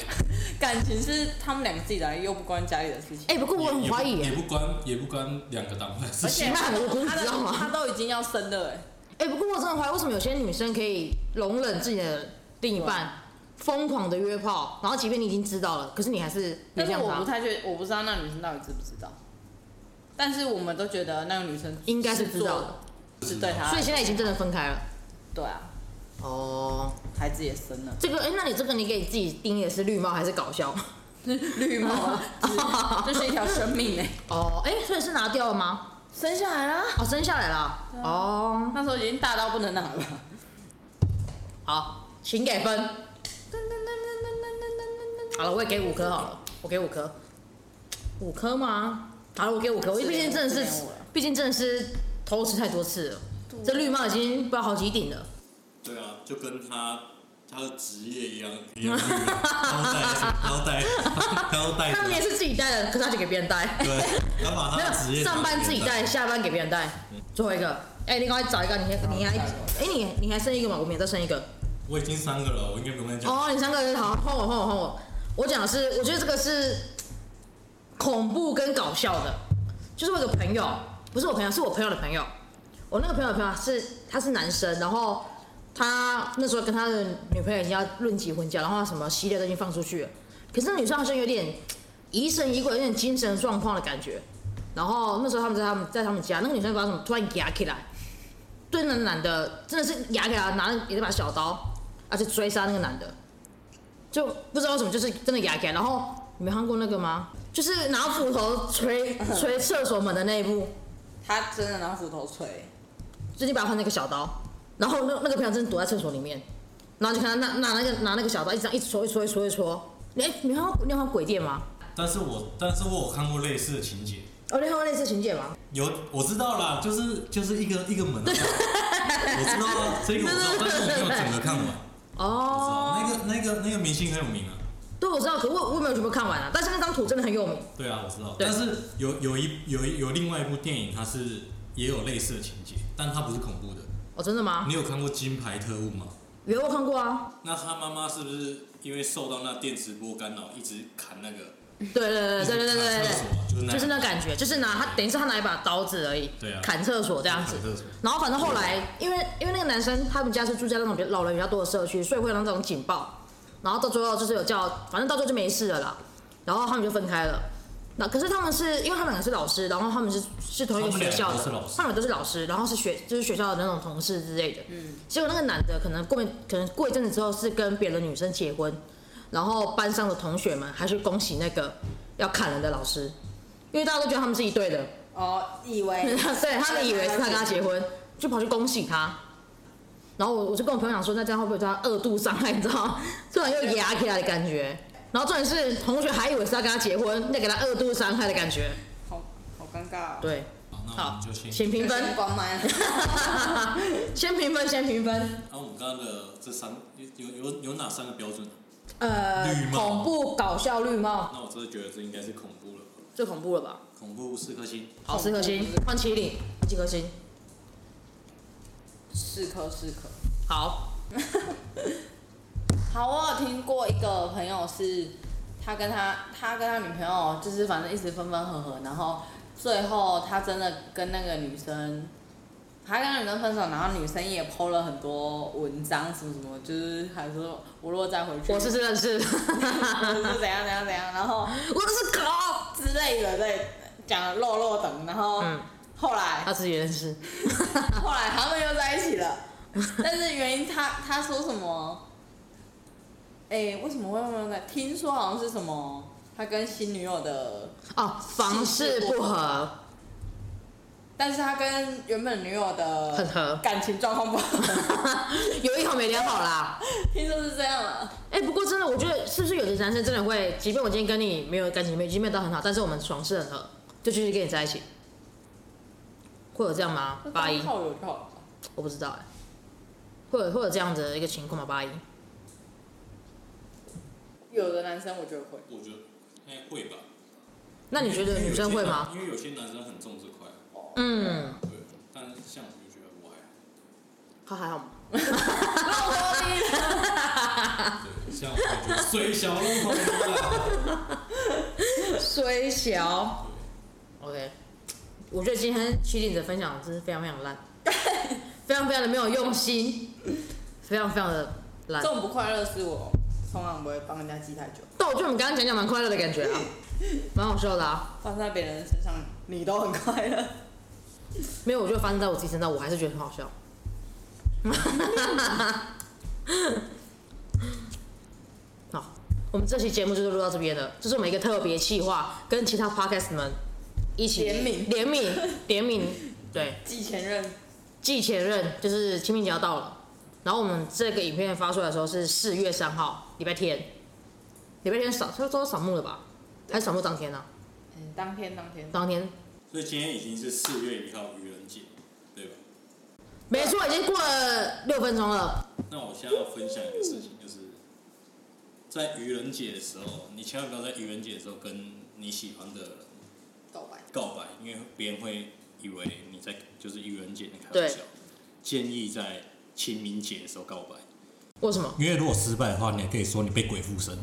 Speaker 2: 感情是他们两个自己来，又不关家里的事情。
Speaker 4: 哎、不过我很
Speaker 3: 也不
Speaker 4: 怀疑、
Speaker 3: 也
Speaker 4: 哎
Speaker 3: 不关也不关两个党派的事
Speaker 2: 而
Speaker 3: 情。
Speaker 2: 且
Speaker 4: 其他
Speaker 2: 他
Speaker 4: 很无辜
Speaker 2: 他
Speaker 4: 哎你知道
Speaker 2: 的
Speaker 4: 吗
Speaker 2: 他都已经要生了、哎，
Speaker 4: 哎、不过我真的怀疑，为什么有些女生可以容忍自己的另一半疯狂的约炮，然后即便你已经知道了，可是你还是原
Speaker 2: 但是
Speaker 4: 谅
Speaker 2: 我不
Speaker 4: 他？
Speaker 2: 太确，我不知道那女生到底知不知道。但是我们都觉得那个女生
Speaker 4: 应该是知道的
Speaker 2: 的，是对她，
Speaker 4: 所以现在已经真的分开了。
Speaker 2: 对啊，
Speaker 4: 哦，
Speaker 2: 孩子也生了，
Speaker 4: 这个哎、那你这个你给自己定义的是绿帽还是搞笑？
Speaker 2: 绿帽 啊，这是一条生命哎、
Speaker 4: 哦，哎、所以是拿掉了吗？
Speaker 2: 生下来啦，
Speaker 4: 哦，生下来了。哦，
Speaker 2: 那时候已经大到不能拿了。
Speaker 4: 好，请给分。好了，我也给五颗好了，我给五颗。五颗吗？好了，我给五颗，我
Speaker 2: 四
Speaker 4: 毕
Speaker 2: 点
Speaker 4: 竟
Speaker 2: 五
Speaker 4: 真的
Speaker 2: 四
Speaker 4: 是
Speaker 2: 点五了，
Speaker 4: 毕竟真的是偷吃太多次了。这绿帽已经不知道好几顶了。
Speaker 3: 对啊，就跟他他的职业一样一样绿啊，然后戴，然后戴，然后戴
Speaker 4: 他们也
Speaker 3: 着，
Speaker 4: 是自己戴的，可是他就给别人戴。
Speaker 3: 对，哎他把
Speaker 4: 没
Speaker 3: 他的职
Speaker 4: 有，
Speaker 3: 业
Speaker 4: 上班自己
Speaker 3: 戴，
Speaker 4: 戴，下班给别人戴。最后一个，哎、你赶快找一个，你还你还，哎、你你还剩一个吗？我们也再剩一个。
Speaker 3: 我已经三个了，我应该不用再讲。
Speaker 4: 哦，你三个好，换我换我换我。哦我讲的是，我觉得这个是恐怖跟搞笑的，就是我有个朋友，不是我朋友，是我朋友的朋友。我那个朋友的朋友是他是男生，然后他那时候跟他的女朋友已经要论及婚嫁，然后什么系列都已经放出去了，可是那女生好像有点疑神疑鬼，有点精神状况的感觉。然后那时候他们在他们在他们家，那个女生不知道怎么突然压起来，对那个男的真的是压给他，拿了一把小刀，而且追杀那个男的，就不知道为什么就是真的压给他。然后你没看过那个吗？就是拿斧头 捶捶厕所门的那一幕，
Speaker 2: 他真的拿斧头锤，
Speaker 4: 最近把他换那个小刀，然后那那个朋友真的躲在厕所里面，然后就看他拿拿那个拿那个小刀一直这样一直戳一直戳一直戳一直戳。你哎你看过你有看过鬼店吗？
Speaker 3: 但是我但是我有看过类似的情节，
Speaker 4: 哦，你看过类似情节吗？
Speaker 3: 有我知道啦，就是就是一个一个门啊，我知道啊这个我知道，但是我没有整个看 完。
Speaker 4: 哦，
Speaker 3: 我知道那个那个那个明星很有名啊，
Speaker 4: 对，哦我知道，可我我没有全部看完啊，但是那张图真的很有名。
Speaker 3: 对啊，我知道。
Speaker 4: 对
Speaker 3: 但是有有一有一有另外一部电影，它是也有类似的情节，但它不是恐怖的。
Speaker 4: 哦，真的吗？
Speaker 3: 你有看过《金牌特务》吗？
Speaker 4: 有我看过啊。
Speaker 3: 那他妈妈是不是因为受到那电磁波干扰，一直砍那个？
Speaker 4: 对对对对对对对
Speaker 3: 啊
Speaker 4: 对。
Speaker 3: 就是那
Speaker 4: 就是那感觉，就是拿他等于是他拿一把刀子而已，
Speaker 3: 对啊
Speaker 4: 砍厕所这样子
Speaker 3: 砍厕所。
Speaker 4: 然后反正后来，因为因为那个男生他们家是住在那种比较老人比较多的社区，所以会有那种警报。然后到最后就是有叫，反正到最后就没事了啦。然后他们就分开了。那可是他们是因为他们两个是老师，然后他们是是同一个学校的，
Speaker 3: 他们两个都是老师
Speaker 4: 他们都是老师，然后是学就是学校的那种同事之类的。嗯。结果那个男的可能过可能过一阵子之后是跟别的女生结婚，然后班上的同学们还去恭喜那个要砍人的老师，因为大家都觉得他们是一对的，
Speaker 2: 哦，以为
Speaker 4: 对他们以为是他跟他结
Speaker 2: 婚，
Speaker 4: 婚，就跑去恭喜他。然后我我就跟我朋友讲说，那这样会不会对他二度伤害？你知道吗？突然又压起来的感觉。然后重点是，同学还以为是他跟他结婚，那给他二度伤害的感觉。
Speaker 2: 好好尴尬、哦。
Speaker 4: 对，
Speaker 3: 好，那我
Speaker 4: 好
Speaker 3: 们就，先。
Speaker 4: 请评分，
Speaker 2: 光麦，
Speaker 4: 先评分，先评分。
Speaker 3: 那、我们刚刚的这三有有有有哪三个标准？
Speaker 4: 呃
Speaker 3: 绿，帽
Speaker 4: 恐怖搞笑绿帽
Speaker 3: 那我真的觉得这应该是恐怖了，
Speaker 4: 最恐怖了吧？
Speaker 3: 恐怖四颗星，
Speaker 4: 好，四颗星，换七零，几颗星？
Speaker 2: 四颗四颗。
Speaker 4: 好，
Speaker 2: 好，我有听过一个朋友是，他跟他他跟他女朋友就是反正一直分分合合，然后最后他真的跟那个女生，他跟那女生分手，然后女生也 PO 了很多文章什么什么，就是还说我如果再回去，
Speaker 4: 我是真的是，
Speaker 2: 我是怎样怎样怎样，然后
Speaker 4: 我是狗，
Speaker 2: 之类的对，讲得肉肉等，然后
Speaker 4: 嗯
Speaker 2: 后来
Speaker 4: 他自己认识。
Speaker 2: 后来他们又在一起了，但是原因他他说什么？哎、为什么会那个？听说好像是什么，他跟新女友的，
Speaker 4: 哦，房事不合，
Speaker 2: 但是他跟原本女友的
Speaker 4: 很合
Speaker 2: 感情状况不好，
Speaker 4: 有一好没两好啦。
Speaker 2: 听说是这样啊了。
Speaker 4: 哎、不过真的，我觉得是不是有的男生真的会，即便我今天跟你没有感情没有，已经没有到很好，但是我们床事很合，就继续跟你在一起，会有这样吗？八一，
Speaker 2: 炮友就好了吧。
Speaker 4: 我不知道哎、会有会有这样的一个情况吗？八一，
Speaker 2: 有的男生我觉得会，
Speaker 3: 我觉得应该会吧。
Speaker 4: 那你觉得女生会吗？
Speaker 3: 因为有些男因为有些男生很重这块，啊
Speaker 4: 嗯，
Speaker 3: 对。但是像我就觉得我还
Speaker 4: 他还好吗？
Speaker 3: 好，对，像我就觉得水小龙头啊，
Speaker 4: 虽小，OK，我觉得今天麒麟的分享真是非常非常烂， 非常非常的没有用心，非常非常的烂
Speaker 2: 这。种不快乐是我通常不会帮人家记太久，
Speaker 4: 但我觉得我们刚刚讲讲蛮快乐的感觉啊，蛮好笑的啊。
Speaker 2: 放在别人身上你都很快乐。
Speaker 4: 没有，我觉得发生在我自己身上，我还是觉得很好笑。 好，我们这期节目就是录到这边了，这是我们一个特别企划，跟其他 podcast 们一起
Speaker 2: 联名
Speaker 4: 联名联 名，对。
Speaker 2: 记前任，
Speaker 4: 季前任就是清明节要到了，然后我们这个影片发出来的时候是四月三号，礼拜天，礼拜天扫，差不多扫墓了吧？还是扫墓当天呢、
Speaker 2: 嗯，当天当天。
Speaker 4: 当天，
Speaker 3: 所以今天已经是四月一号愚人节，对吧？
Speaker 4: 没错，已经过了六分钟了。
Speaker 3: 那我现在要分享一个事情，就是在愚人节的时候，你千万不要在愚人节的时候跟你喜欢的人
Speaker 2: 告白。
Speaker 3: 告白，因为别人会以为你在就是愚人节在开玩笑
Speaker 4: 对。
Speaker 3: 建议在
Speaker 4: 啊
Speaker 3: 清明节的时候告白，
Speaker 4: 为什么？
Speaker 3: 因为如果失败的话，你还可以说你被鬼附身。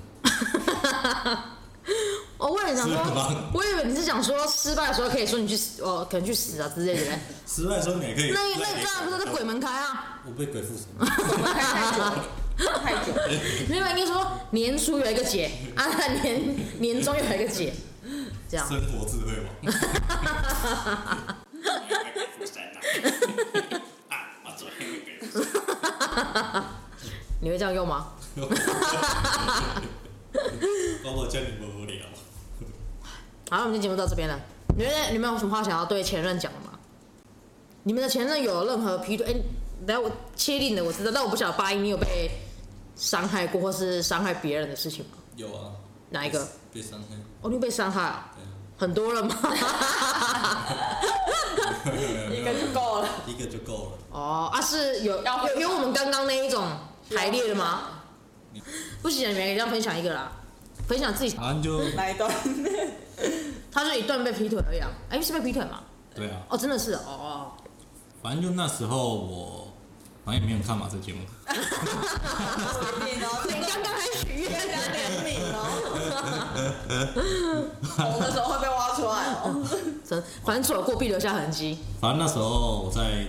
Speaker 4: 哦，我也想
Speaker 3: 是
Speaker 4: 说
Speaker 3: 吗，
Speaker 4: 我以为你是想说失败的时候可以说你去死，哦，可能去死啊之类的嘞。
Speaker 3: 失败的时候你还可以
Speaker 4: 那
Speaker 3: 赖
Speaker 4: 那
Speaker 3: 你
Speaker 4: 你刚才不是在鬼门开 啊？
Speaker 3: 我被鬼附身。
Speaker 2: 太久了，
Speaker 4: 没有，应该说年初有一个节，啊，年年终有一个节，这样。
Speaker 3: 生活智慧王。啊，我昨天被鬼附身
Speaker 4: 你会这样用吗？
Speaker 3: 包括叫你们无聊。
Speaker 4: 好，我们今天节目到这边了。你们你们有什么话想要对前任讲的吗？你们的前任有任何劈腿？哎、来我切定的我知道，但我不晓得八一你有被伤害过或是伤害别人的事情吗？
Speaker 3: 有啊，
Speaker 4: 哪一个？
Speaker 3: 被伤害。
Speaker 4: 哦，你被伤害、啊
Speaker 3: 对，
Speaker 4: 很多了吗？
Speaker 2: 一个就够了。
Speaker 3: 一个就够了。
Speaker 4: 哦，啊是有
Speaker 2: 要
Speaker 4: 有有我们刚刚那一种排列的吗？不行，你们也要分享一个啦，分享自己，
Speaker 3: 好像就
Speaker 2: 哪一段？
Speaker 4: 他就一段被劈腿而已啊。哎、是被劈腿吗？
Speaker 3: 对啊，
Speaker 4: 哦，真的是哦哦。
Speaker 3: 反正就那时候我，反正也没有人看嘛这节目。
Speaker 2: 你哦，
Speaker 4: 你刚刚还许愿
Speaker 2: 这个点名哦。红的时候会被挖出来哦。
Speaker 4: 真，反正走过必留下痕迹。
Speaker 3: 反正那时候我在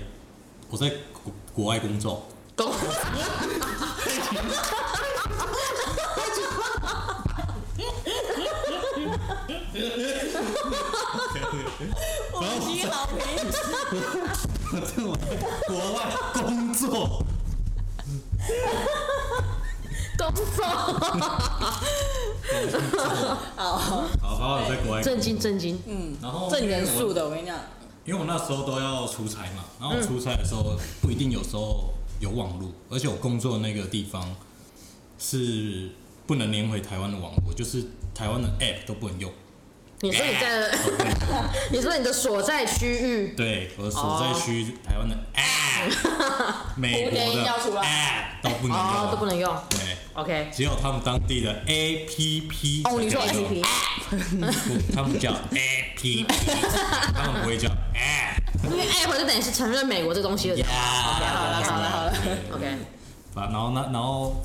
Speaker 3: 我在国国外工作，
Speaker 4: 懂。
Speaker 2: 五星好评，
Speaker 3: 我在国外工作，
Speaker 4: 工工作，
Speaker 2: 好，
Speaker 3: 好，好好在国外。
Speaker 4: 震惊震惊，嗯，
Speaker 3: 然后
Speaker 2: 正人
Speaker 3: 因为
Speaker 2: 数
Speaker 3: 我，
Speaker 2: 的，我跟你讲，
Speaker 3: 因为我那时候都要出差嘛，然后我出差的时候不一定有时候有网络，而且我工作的那个地方是不能连回台湾的网络，就是台湾的 app 都不能用。
Speaker 4: 你说你在， 你说你的所在区 域，
Speaker 3: 对，我所在区台湾的 app，美国
Speaker 2: 胡天
Speaker 3: 的
Speaker 2: 要出来
Speaker 3: app 都不能用，
Speaker 4: 哦，都不能用
Speaker 3: 对，
Speaker 4: ，OK，
Speaker 3: 只有他们当地的 APP
Speaker 4: 哦，你说
Speaker 3: 才可以用
Speaker 4: APP，
Speaker 3: 不 他们叫 APP，他们不会叫 app。
Speaker 4: 因为 App 就等于是承认美国这东西了
Speaker 3: 好
Speaker 2: 了好了好了
Speaker 4: ，OK，
Speaker 3: 然后那然后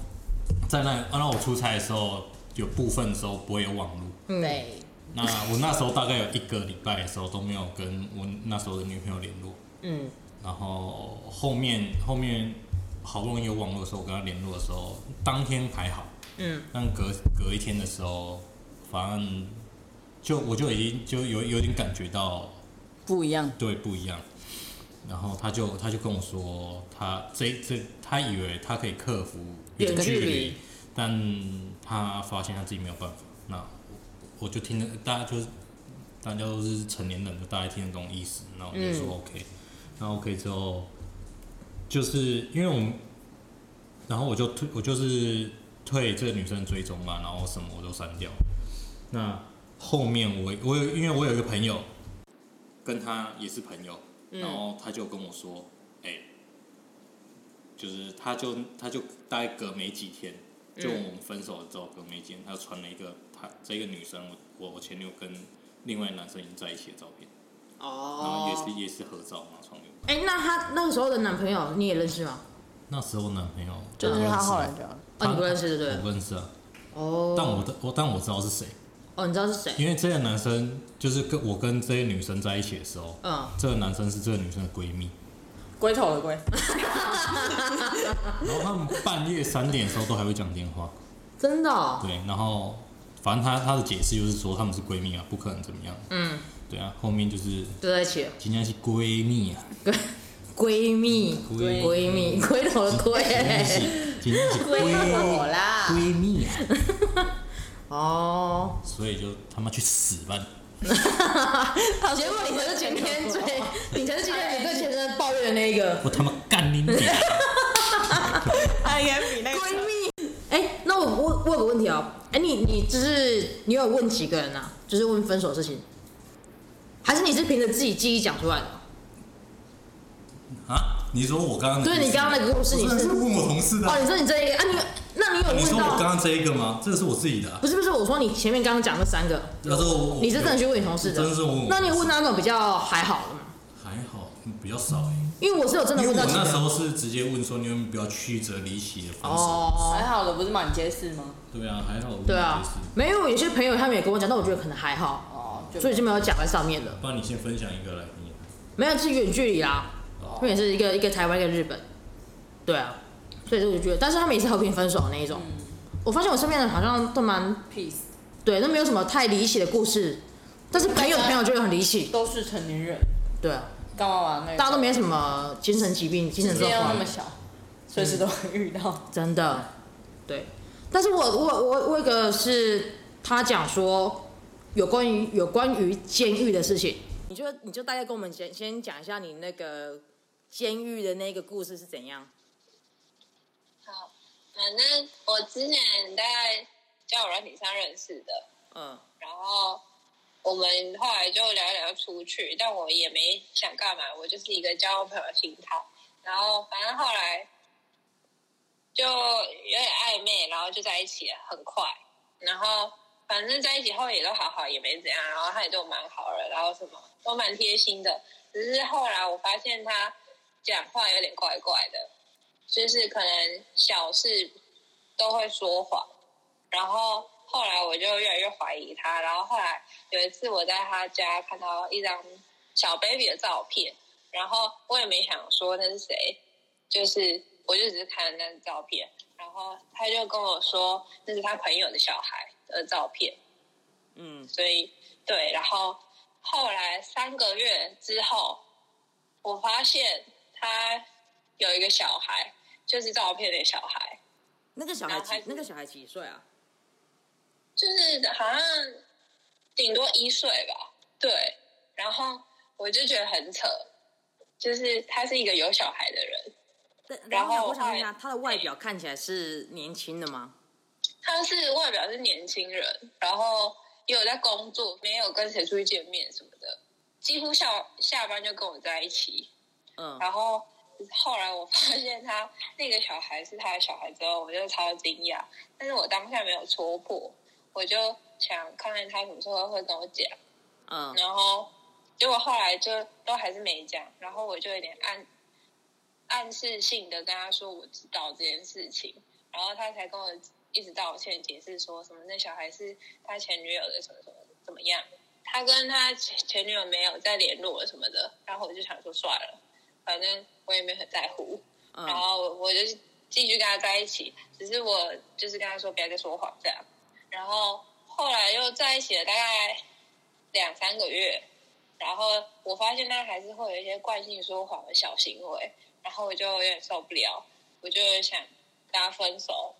Speaker 3: 在那，然后我出差的时候，有部分的时候不会有网络。
Speaker 4: 嗯
Speaker 2: 对，
Speaker 3: 那我那时候大概有一个礼拜的时候都没有跟我那时候的女朋友联络。
Speaker 4: 嗯，
Speaker 3: 然后后面后面好不容易有网络的时候，我跟她联络的时候，当天还好，
Speaker 4: 嗯，
Speaker 3: 但隔隔一天的时候，反正就我就已经就有有点感觉到
Speaker 2: 不一样，
Speaker 3: 对不一样。然后他就他就跟我说，他这这他以为他可以克服
Speaker 4: 远距
Speaker 3: 距
Speaker 4: 离，
Speaker 3: 但他发现他自己没有办法。那我我就听得大家就是大家都是成年人，就大概听得懂意思。然后我就说 OK，那、OK 之后，就是因为我们，然后我就退我就是退这个女生追踪嘛，然后什么我都删掉。那后面我我有因为我有一个朋友，跟他也是朋友，
Speaker 4: 嗯
Speaker 3: 然后他就跟我说，哎、就是他就他就大概隔没几天，就
Speaker 4: 嗯
Speaker 3: 我们分手了之后隔没几天，他就传了一个他这个女生我我我前女友跟另外一个男生已经在一起的照片，然后也
Speaker 4: 哦，
Speaker 3: 是也是合照嘛，传给我。
Speaker 4: 哎，那她那个时候的男朋友你也认识吗？
Speaker 3: 那时候男朋友
Speaker 2: 就是他后来就
Speaker 4: 哦，你不认识
Speaker 3: 我
Speaker 4: 对不对？
Speaker 3: 不认识啊，但
Speaker 4: 哦，
Speaker 3: 我的我但我知道是谁，
Speaker 4: 哦，你知道是谁？
Speaker 3: 因为这个男生就是跟我跟这些女生在一起的时候，
Speaker 4: 嗯，
Speaker 3: 这个男生是这个女生的闺蜜，
Speaker 2: 龟头的龟，
Speaker 3: 然后他们半夜三点的时候都还会讲电话。
Speaker 4: 真的哦，
Speaker 3: 对，然后反正她她的解释就是说她们是闺蜜啊，不可能怎么样。
Speaker 4: 嗯，
Speaker 3: 对啊，后面就是
Speaker 4: 就在一起了。
Speaker 3: 今天是闺蜜啊，
Speaker 4: 闺蜜，
Speaker 3: 闺
Speaker 4: 闺蜜，龟头的龟。
Speaker 3: 今天 是今天是闺
Speaker 2: 我啦，
Speaker 3: 闺蜜啊，
Speaker 4: 哦，
Speaker 3: 所以就他妈去死吧！
Speaker 4: 结果你才是前天 最，你才是今天你对前任抱怨的那一个
Speaker 3: 我他妈干你娘！
Speaker 2: 他应该比那个
Speaker 4: 闺蜜。 哎，那我我我有个问题哦，哎，你你就是你有问几个人啊？就是问分手的事情，还是你是凭着自己记忆讲出来的？
Speaker 3: 啊，你说我刚刚的
Speaker 4: 对
Speaker 3: 故事
Speaker 4: 你刚刚那个故事你
Speaker 3: 我
Speaker 4: 是
Speaker 3: 真的问我同事的啊
Speaker 4: 哦，。你说你这一个啊，你那你有
Speaker 3: 你说
Speaker 4: 问
Speaker 3: 我刚
Speaker 4: 到？
Speaker 3: 刚这一个吗？这个是我自己的啊。
Speaker 4: 不是不是，我说你前面刚刚讲那三个，
Speaker 3: 那时候我
Speaker 4: 你是真的去问你同事
Speaker 3: 真的
Speaker 4: 的？
Speaker 3: 是我问我
Speaker 4: 那你有问
Speaker 3: 同事
Speaker 4: 到那种比较还好的吗？
Speaker 3: 还好，比较少欸
Speaker 4: 因为我是有真的
Speaker 3: 因为
Speaker 4: 问到
Speaker 3: 我
Speaker 4: 几
Speaker 3: 那时
Speaker 4: 个。
Speaker 3: 候是直接问说你有没有比较曲折离奇的分手？
Speaker 4: 哦，
Speaker 2: 还好的不是满街市吗？
Speaker 3: 对啊，还好。
Speaker 4: 对啊，没有有些朋友他们也跟我讲，但我觉得可能还好，
Speaker 2: 哦，
Speaker 4: 所以就没有讲在上面了。
Speaker 3: 帮你先分享一个来听。
Speaker 4: 没有是远距离啦，因为也是一个一个台湾一个日本，对啊，所以这我就觉得，但是他们也是和平分手的那一种。我发现我身边的人好像都蛮
Speaker 2: peace
Speaker 4: 对，都没有什么太离奇的故事，但是朋友的朋友就会很离奇，
Speaker 2: 都是成年人，
Speaker 4: 对啊，
Speaker 2: 干嘛玩那个？
Speaker 4: 大家都没什么精神疾病、精神
Speaker 2: 世
Speaker 4: 状
Speaker 2: 界又那
Speaker 4: 况
Speaker 2: 么，小，随时都会遇到。
Speaker 4: 真的，对。但是我我我我有一个是他讲说有关于有关于监狱的事情，你就你就大概跟我们先先讲一下你那个监狱的那个故事是怎样。
Speaker 5: 好，反正我之前在交友软体上认识的，
Speaker 4: 嗯
Speaker 5: 然后我们后来就聊一聊出去，但我也没想干嘛，我就是一个交朋友的心态。然后反正后来就有点暧昧，然后就在一起了，很快。然后反正在一起后也都好好，也没怎样，然后他也对我蛮好的，然后什么都蛮贴心的。只是后来我发现他讲话有点怪怪的，就是可能小事都会说谎。然后后来我就越来越怀疑他。然后后来有一次我在他家看到一张小 baby 的照片，然后我也没想说那是谁，就是我就只是看了那张照片，然后他就跟我说那是他朋友的小孩的照片，
Speaker 2: 嗯，
Speaker 5: 所以对，然后后来三个月之后，我发现他有一个小孩，就是照片的小孩。
Speaker 4: 那个小
Speaker 5: 然
Speaker 4: 孩
Speaker 5: 后还
Speaker 4: 几
Speaker 5: 是
Speaker 4: 那个小孩几岁啊？
Speaker 5: 就是好像顶多一岁吧，对。然后我就觉得很扯，就是他是一个有小孩的人，
Speaker 4: 但
Speaker 5: 然后
Speaker 4: 我想问一下，
Speaker 5: 还
Speaker 4: 他的外表看起来是年轻的吗？
Speaker 5: 他是外表是年轻人，然后也有在工作，没有跟谁出去见面什么的，几乎下下班就跟我在一起。
Speaker 4: 嗯，
Speaker 5: 然后后来我发现他那个小孩是他的小孩之后，我就超惊讶，但是我当下没有戳破，我就想看看他什么时候会跟我讲。
Speaker 4: 嗯，
Speaker 5: 然后结果后来就都还是没讲，然后我就有点暗暗示性的跟他说我知道这件事情，然后他才跟我一直道歉解释说什么那小孩是他前女友的什么什么怎么样，他跟他前前女友没有再联络了什么的，然后我就想说算了，反正我也没有很在乎，
Speaker 4: 嗯
Speaker 5: 然后我我就是继续跟他在一起，只是我就是跟他说不要再说谎这样。然后后来又在一起了大概两三个月，然后我发现他还是会有一些惯性说谎的小行为，然后我就有点受不了，我就想跟他分手。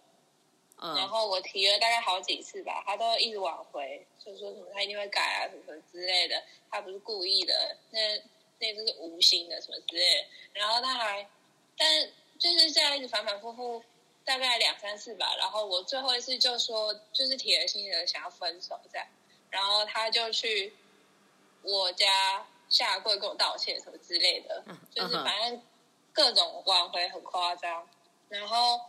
Speaker 5: 然
Speaker 4: 嗯，
Speaker 5: 后我提了大概好几次吧，他都一直挽回，就说什么他一定会改啊什么什么之类的，他不是故意的，那那就是无心的什么之类的。然后他还，但就是这样一直反反复复，大概两三次吧。然后我最后一次就说，就是铁了心的想要分手这样，然后他就去我家下跪跟我道歉什么之类的，就是
Speaker 4: 嗯哼
Speaker 5: 反正各种挽回很夸张。然后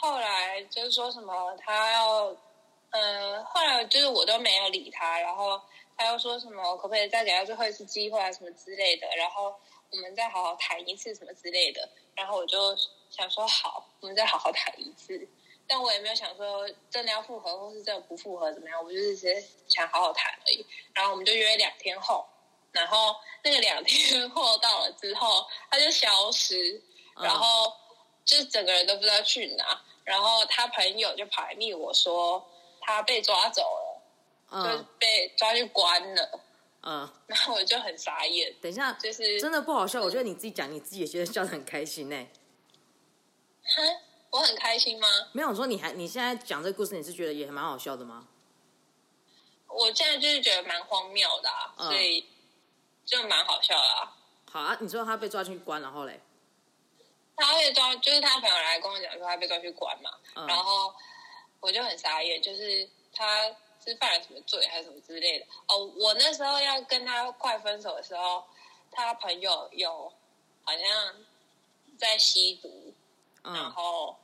Speaker 5: 后来就是说什么他要，呃，后来就是我都没有理他，然后他又说什么可不可以再给他最后一次机会啊什么之类的，然后我们再好好谈一次什么之类的，然后我就想说好，我们再好好谈一次。但我也没有想说真的要复合，或是真的不复合怎么样，我就是只是想好好谈而已。然后我们就约两天后，然后那个两天后到了之后，他就消失，
Speaker 4: 嗯
Speaker 5: 然后就整个人都不知道去哪。然后他朋友就跑来密我说他被抓走了，就是
Speaker 4: 嗯
Speaker 5: 被抓去关了。
Speaker 4: 嗯，
Speaker 5: 然后我就很傻眼，
Speaker 4: 等一下，
Speaker 5: 就是
Speaker 4: 真的不好笑，我觉得你自己讲，你自己也觉得笑得很开心呢、
Speaker 5: 哼我很开心吗？
Speaker 4: 没有我说你还你现在讲这个故事，你是觉得也蛮好笑的吗？
Speaker 5: 我现在就是觉得蛮荒谬的、啊，
Speaker 4: 嗯
Speaker 5: 所以就蛮好笑的、啊。
Speaker 4: 好啊，你说他被抓进去关，然后嘞，
Speaker 5: 他被抓，就是他朋友来跟我讲说他被抓去关嘛，
Speaker 4: 嗯
Speaker 5: 然后我就很傻眼，就是他是犯了什么罪还是什么之类的。哦，我那时候要跟他快分手的时候，他朋友有好像在吸毒，然
Speaker 4: 嗯
Speaker 5: 后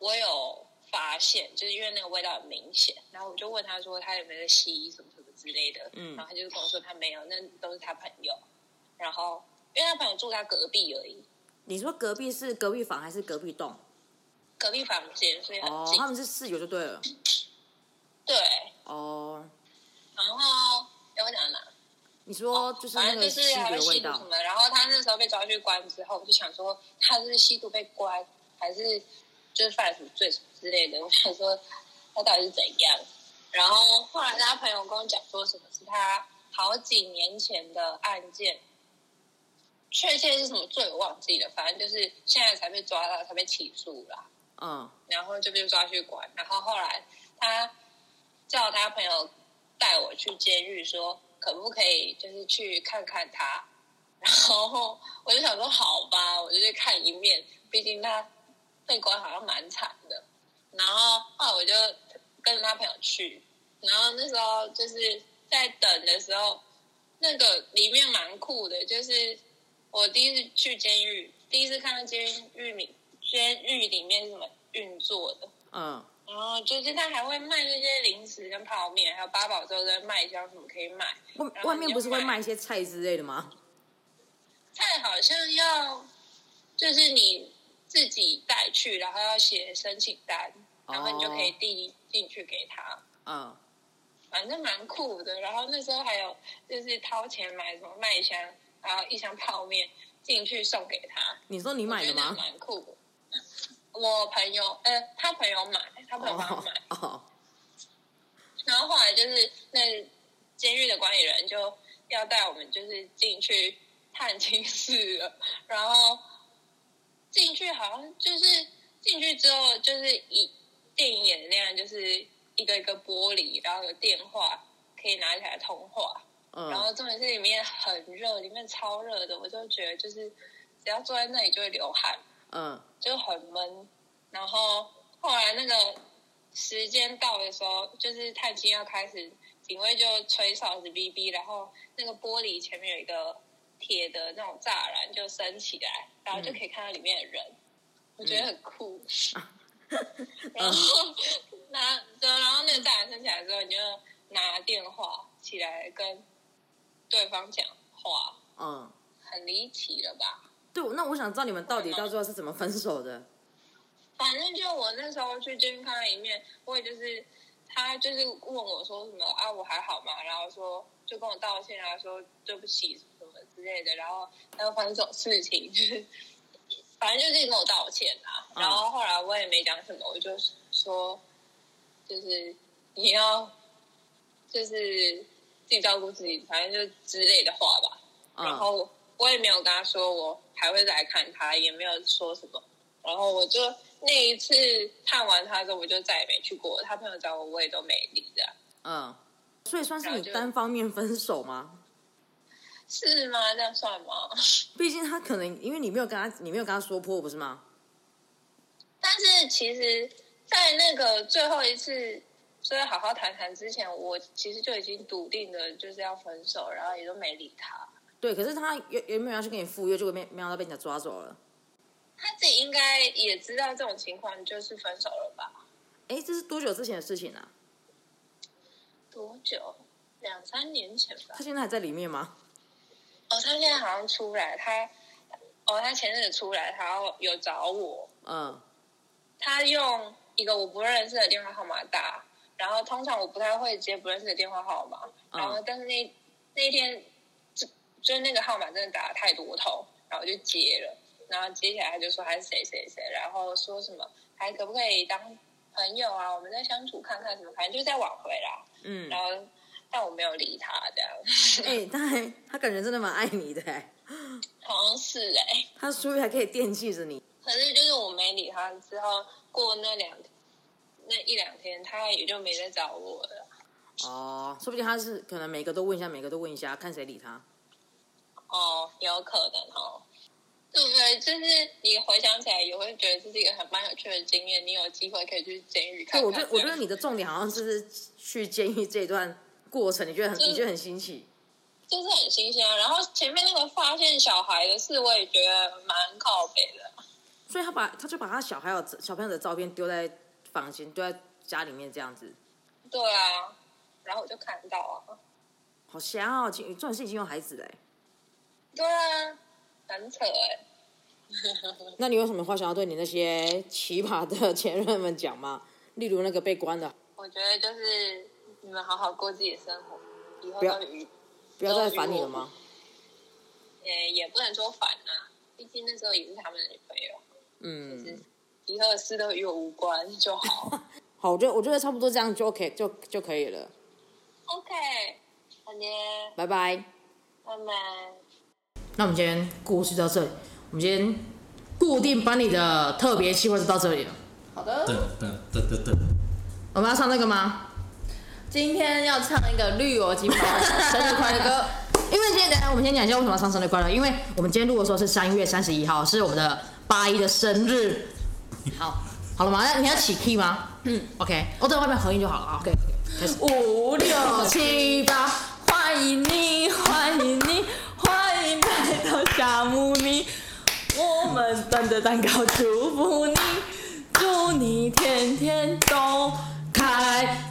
Speaker 5: 我有发现，就是因为那个味道很明显，然后我就问他说他有没有在吸什么什么之类的，
Speaker 4: 嗯
Speaker 5: 然后他就跟我说他没有，那都是他朋友，然后因为他朋友住他隔壁而已，
Speaker 4: 你说隔壁是隔壁房还是隔壁栋？
Speaker 5: 隔壁房间，所以很
Speaker 4: 哦，
Speaker 5: 近，
Speaker 4: 他们是室友就对了。
Speaker 5: 对，
Speaker 4: 哦，
Speaker 5: 然后哎我讲哪？
Speaker 4: 你说哦就是那
Speaker 5: 哦反正
Speaker 4: 个
Speaker 5: 就
Speaker 4: 吸
Speaker 5: 是
Speaker 4: 毒
Speaker 5: 还会
Speaker 4: 的味
Speaker 5: 吸毒什
Speaker 4: 道，
Speaker 5: 么。然后他那时候被抓去关之后，我就想说他是吸毒被关，还是就是犯了什么罪什么之类的。我想说他到底是怎样。然后后来他朋友跟我讲说，什么是他好几年前的案件，确切是什么罪我忘记了，反正就是现在才被抓到，才被起诉啦。
Speaker 4: 嗯
Speaker 5: 然后就被抓去关。然后后来他叫他朋友带我去监狱，说可不可以就是去看看他。然后我就想说好吧，我就去看一面，毕竟他被关好像蛮惨的。然后后来我就跟着他朋友去，然后那时候就是在等的时候，那个里面蛮酷的，就是我第一次去监狱，第一次看到监狱里监狱里面是怎么运作的。
Speaker 4: 嗯
Speaker 5: 然后就是他还会卖那些零食跟泡面，还有八宝粥跟麦香什么可以买。
Speaker 4: 外
Speaker 5: 然后
Speaker 4: 外面
Speaker 5: 你就
Speaker 4: 不是会
Speaker 5: 买
Speaker 4: 卖一些菜之类的吗？
Speaker 5: 菜好像要就是你自己带去，然后要写申请单，
Speaker 4: 哦
Speaker 5: 然后你就可以递进去给他。
Speaker 4: 嗯
Speaker 5: 反正蛮酷的。然后那时候还有就是掏钱买什么麦香，然后一箱泡面进去送给他。
Speaker 4: 你说你买的
Speaker 5: 我觉得
Speaker 4: 吗？
Speaker 5: 蛮酷的。我朋友，呃，他朋友买，他朋友帮我
Speaker 4: 哦
Speaker 5: 买。
Speaker 4: 哦，
Speaker 5: 然后后来就是那监狱的管理人就要带我们就是进去 探亲室了，然后进去好像就是。进去之后就是一电影演的那样，就是一个一个玻璃，然后有电话可以拿起来通话。
Speaker 4: 嗯
Speaker 5: 然后重点是里面很热，里面超热的，我就觉得就是只要坐在那里就会流汗，
Speaker 4: 嗯
Speaker 5: 就很闷。然后后来那个时间到的时候，就是探亲要开始，警卫就吹哨子哔哔，然后那个玻璃前面有一个铁的那种栅栏就升起来，然后就可以看到里面的人，我觉得很酷。然后 拿，然后那个栅栏升起来之后，你就拿电话起来跟对方讲话，
Speaker 4: 嗯，
Speaker 5: 很离奇了吧？
Speaker 4: 对，那我想知道你们到底到最后是怎么分手的？
Speaker 5: 反正就我那时候去健康里面，我也就是他就是问我说什么啊，我还好吗？然后说就跟我道歉啊，说对不起什么之类的，然后还有发生这种事情， 就是反正就是跟我道歉啊。
Speaker 4: 嗯
Speaker 5: 然后后来我也没讲什么，我就说就是你要就是自己照顾自己，反正就之类的话吧。然
Speaker 4: 嗯
Speaker 5: 后我也没有跟他说我还会来看他，也没有说什么。然后我就那一次看完他之后，我就再也没去过。他朋友找我，我也都没理的。
Speaker 4: 嗯，所以算是
Speaker 5: 然
Speaker 4: 你
Speaker 5: 后就
Speaker 4: 单方面分手吗？
Speaker 5: 是吗？这样算吗？
Speaker 4: 毕竟他可能因为你没有跟他，你没有跟他说破，不是吗？
Speaker 5: 但是其实，在那个最后一次所以好好谈谈之前，我其实就已经笃定的就是要分手，然后也都没理他。
Speaker 4: 对，可是他原原本要去跟你赴约，结果没没想到被人家抓走了。
Speaker 5: 他自己应该也知道这种情况就是分手了吧？
Speaker 4: 哎，这是多久之前的事情啊？
Speaker 5: 多久？两三年前吧
Speaker 4: 他。现在还在里面吗？
Speaker 5: 哦，他现在好像出来，他哦，他前阵子出来，他有找我，
Speaker 4: 嗯
Speaker 5: 他用一个我不认识的电话号码打，然后通常我不太会接不认识的电话号码，
Speaker 4: 嗯
Speaker 5: 然后但是那那一天就就是那个号码真的打了太多头，然后我就接了，然后接起来他就说他是谁谁谁，然后说什么还可不可以当朋友啊，我们再相处看看什么，反正就在挽回啦，
Speaker 4: 嗯，
Speaker 5: 然后但我没有理他这样，
Speaker 4: 哎，他还他感觉真的蛮爱你的哎，
Speaker 5: 好像是哎、
Speaker 4: 他说不定还可以惦记着你。
Speaker 5: 可是就是我没理他之后，过那两那一两天，他也就没再找我了。
Speaker 4: 哦，说不定他是可能每个都问一下，每个都问一下，看谁理他。
Speaker 5: 哦，有可能哦，对不对？就是你回想起来，也会觉得这是一个很蛮有趣的经验。你有机会可以去监狱看
Speaker 4: 对，我
Speaker 5: 看。
Speaker 4: 觉得我觉得你的重点好像就是去监狱这一段过程，你觉得很
Speaker 5: 就是
Speaker 4: 你觉得很新奇。
Speaker 5: 就是很新鲜啊。然后前面那个发现小孩的事，我也觉得蛮靠北的。
Speaker 4: 所以他把他就把他小孩有小朋友的照片丢在房间，丢在家里面这样子，
Speaker 5: 对啊，然后我就看到啊，
Speaker 4: 好瞎哦！这种事已经有孩子欸嘞。
Speaker 5: 对啊，很扯哎、
Speaker 4: 那你有什么话想要对你那些奇葩的前任们讲吗？例如那个被关的，
Speaker 5: 我觉得就是你们好好过自己的生活，以后
Speaker 4: 不要
Speaker 5: 都与
Speaker 4: 不要再烦你了吗？
Speaker 5: 也也不能说烦啊，毕竟那时候也是他们的女朋友，
Speaker 4: 嗯，
Speaker 5: 以后的事都与我无关就好。
Speaker 4: 好，我觉得我觉得差不多这样就 OK 就就可以了，
Speaker 5: OK，好的，
Speaker 4: 拜拜。
Speaker 5: 拜拜。
Speaker 4: 那我们今天故事到这里，我们今天固定班里的特别计划就到这里了。
Speaker 2: 好
Speaker 4: 呃
Speaker 2: 的，
Speaker 3: 等等等等等，
Speaker 4: 我们要唱那个吗？
Speaker 2: 今天要唱一个绿油金毛生日快乐歌，
Speaker 4: 因为今天，等一下我们先讲一下为什么要唱生日快乐。因为我们今天录的时候是三月三十一号，是我们的八一的生日。好，好了吗？那你要起 key 吗？嗯，OK，我在外面合音就好了啊。OK，
Speaker 2: 五六
Speaker 4: 六七八，
Speaker 2: 欢迎你， 欢迎你，欢迎来到夏慕尼，我们端着蛋糕祝福你，祝你天天都开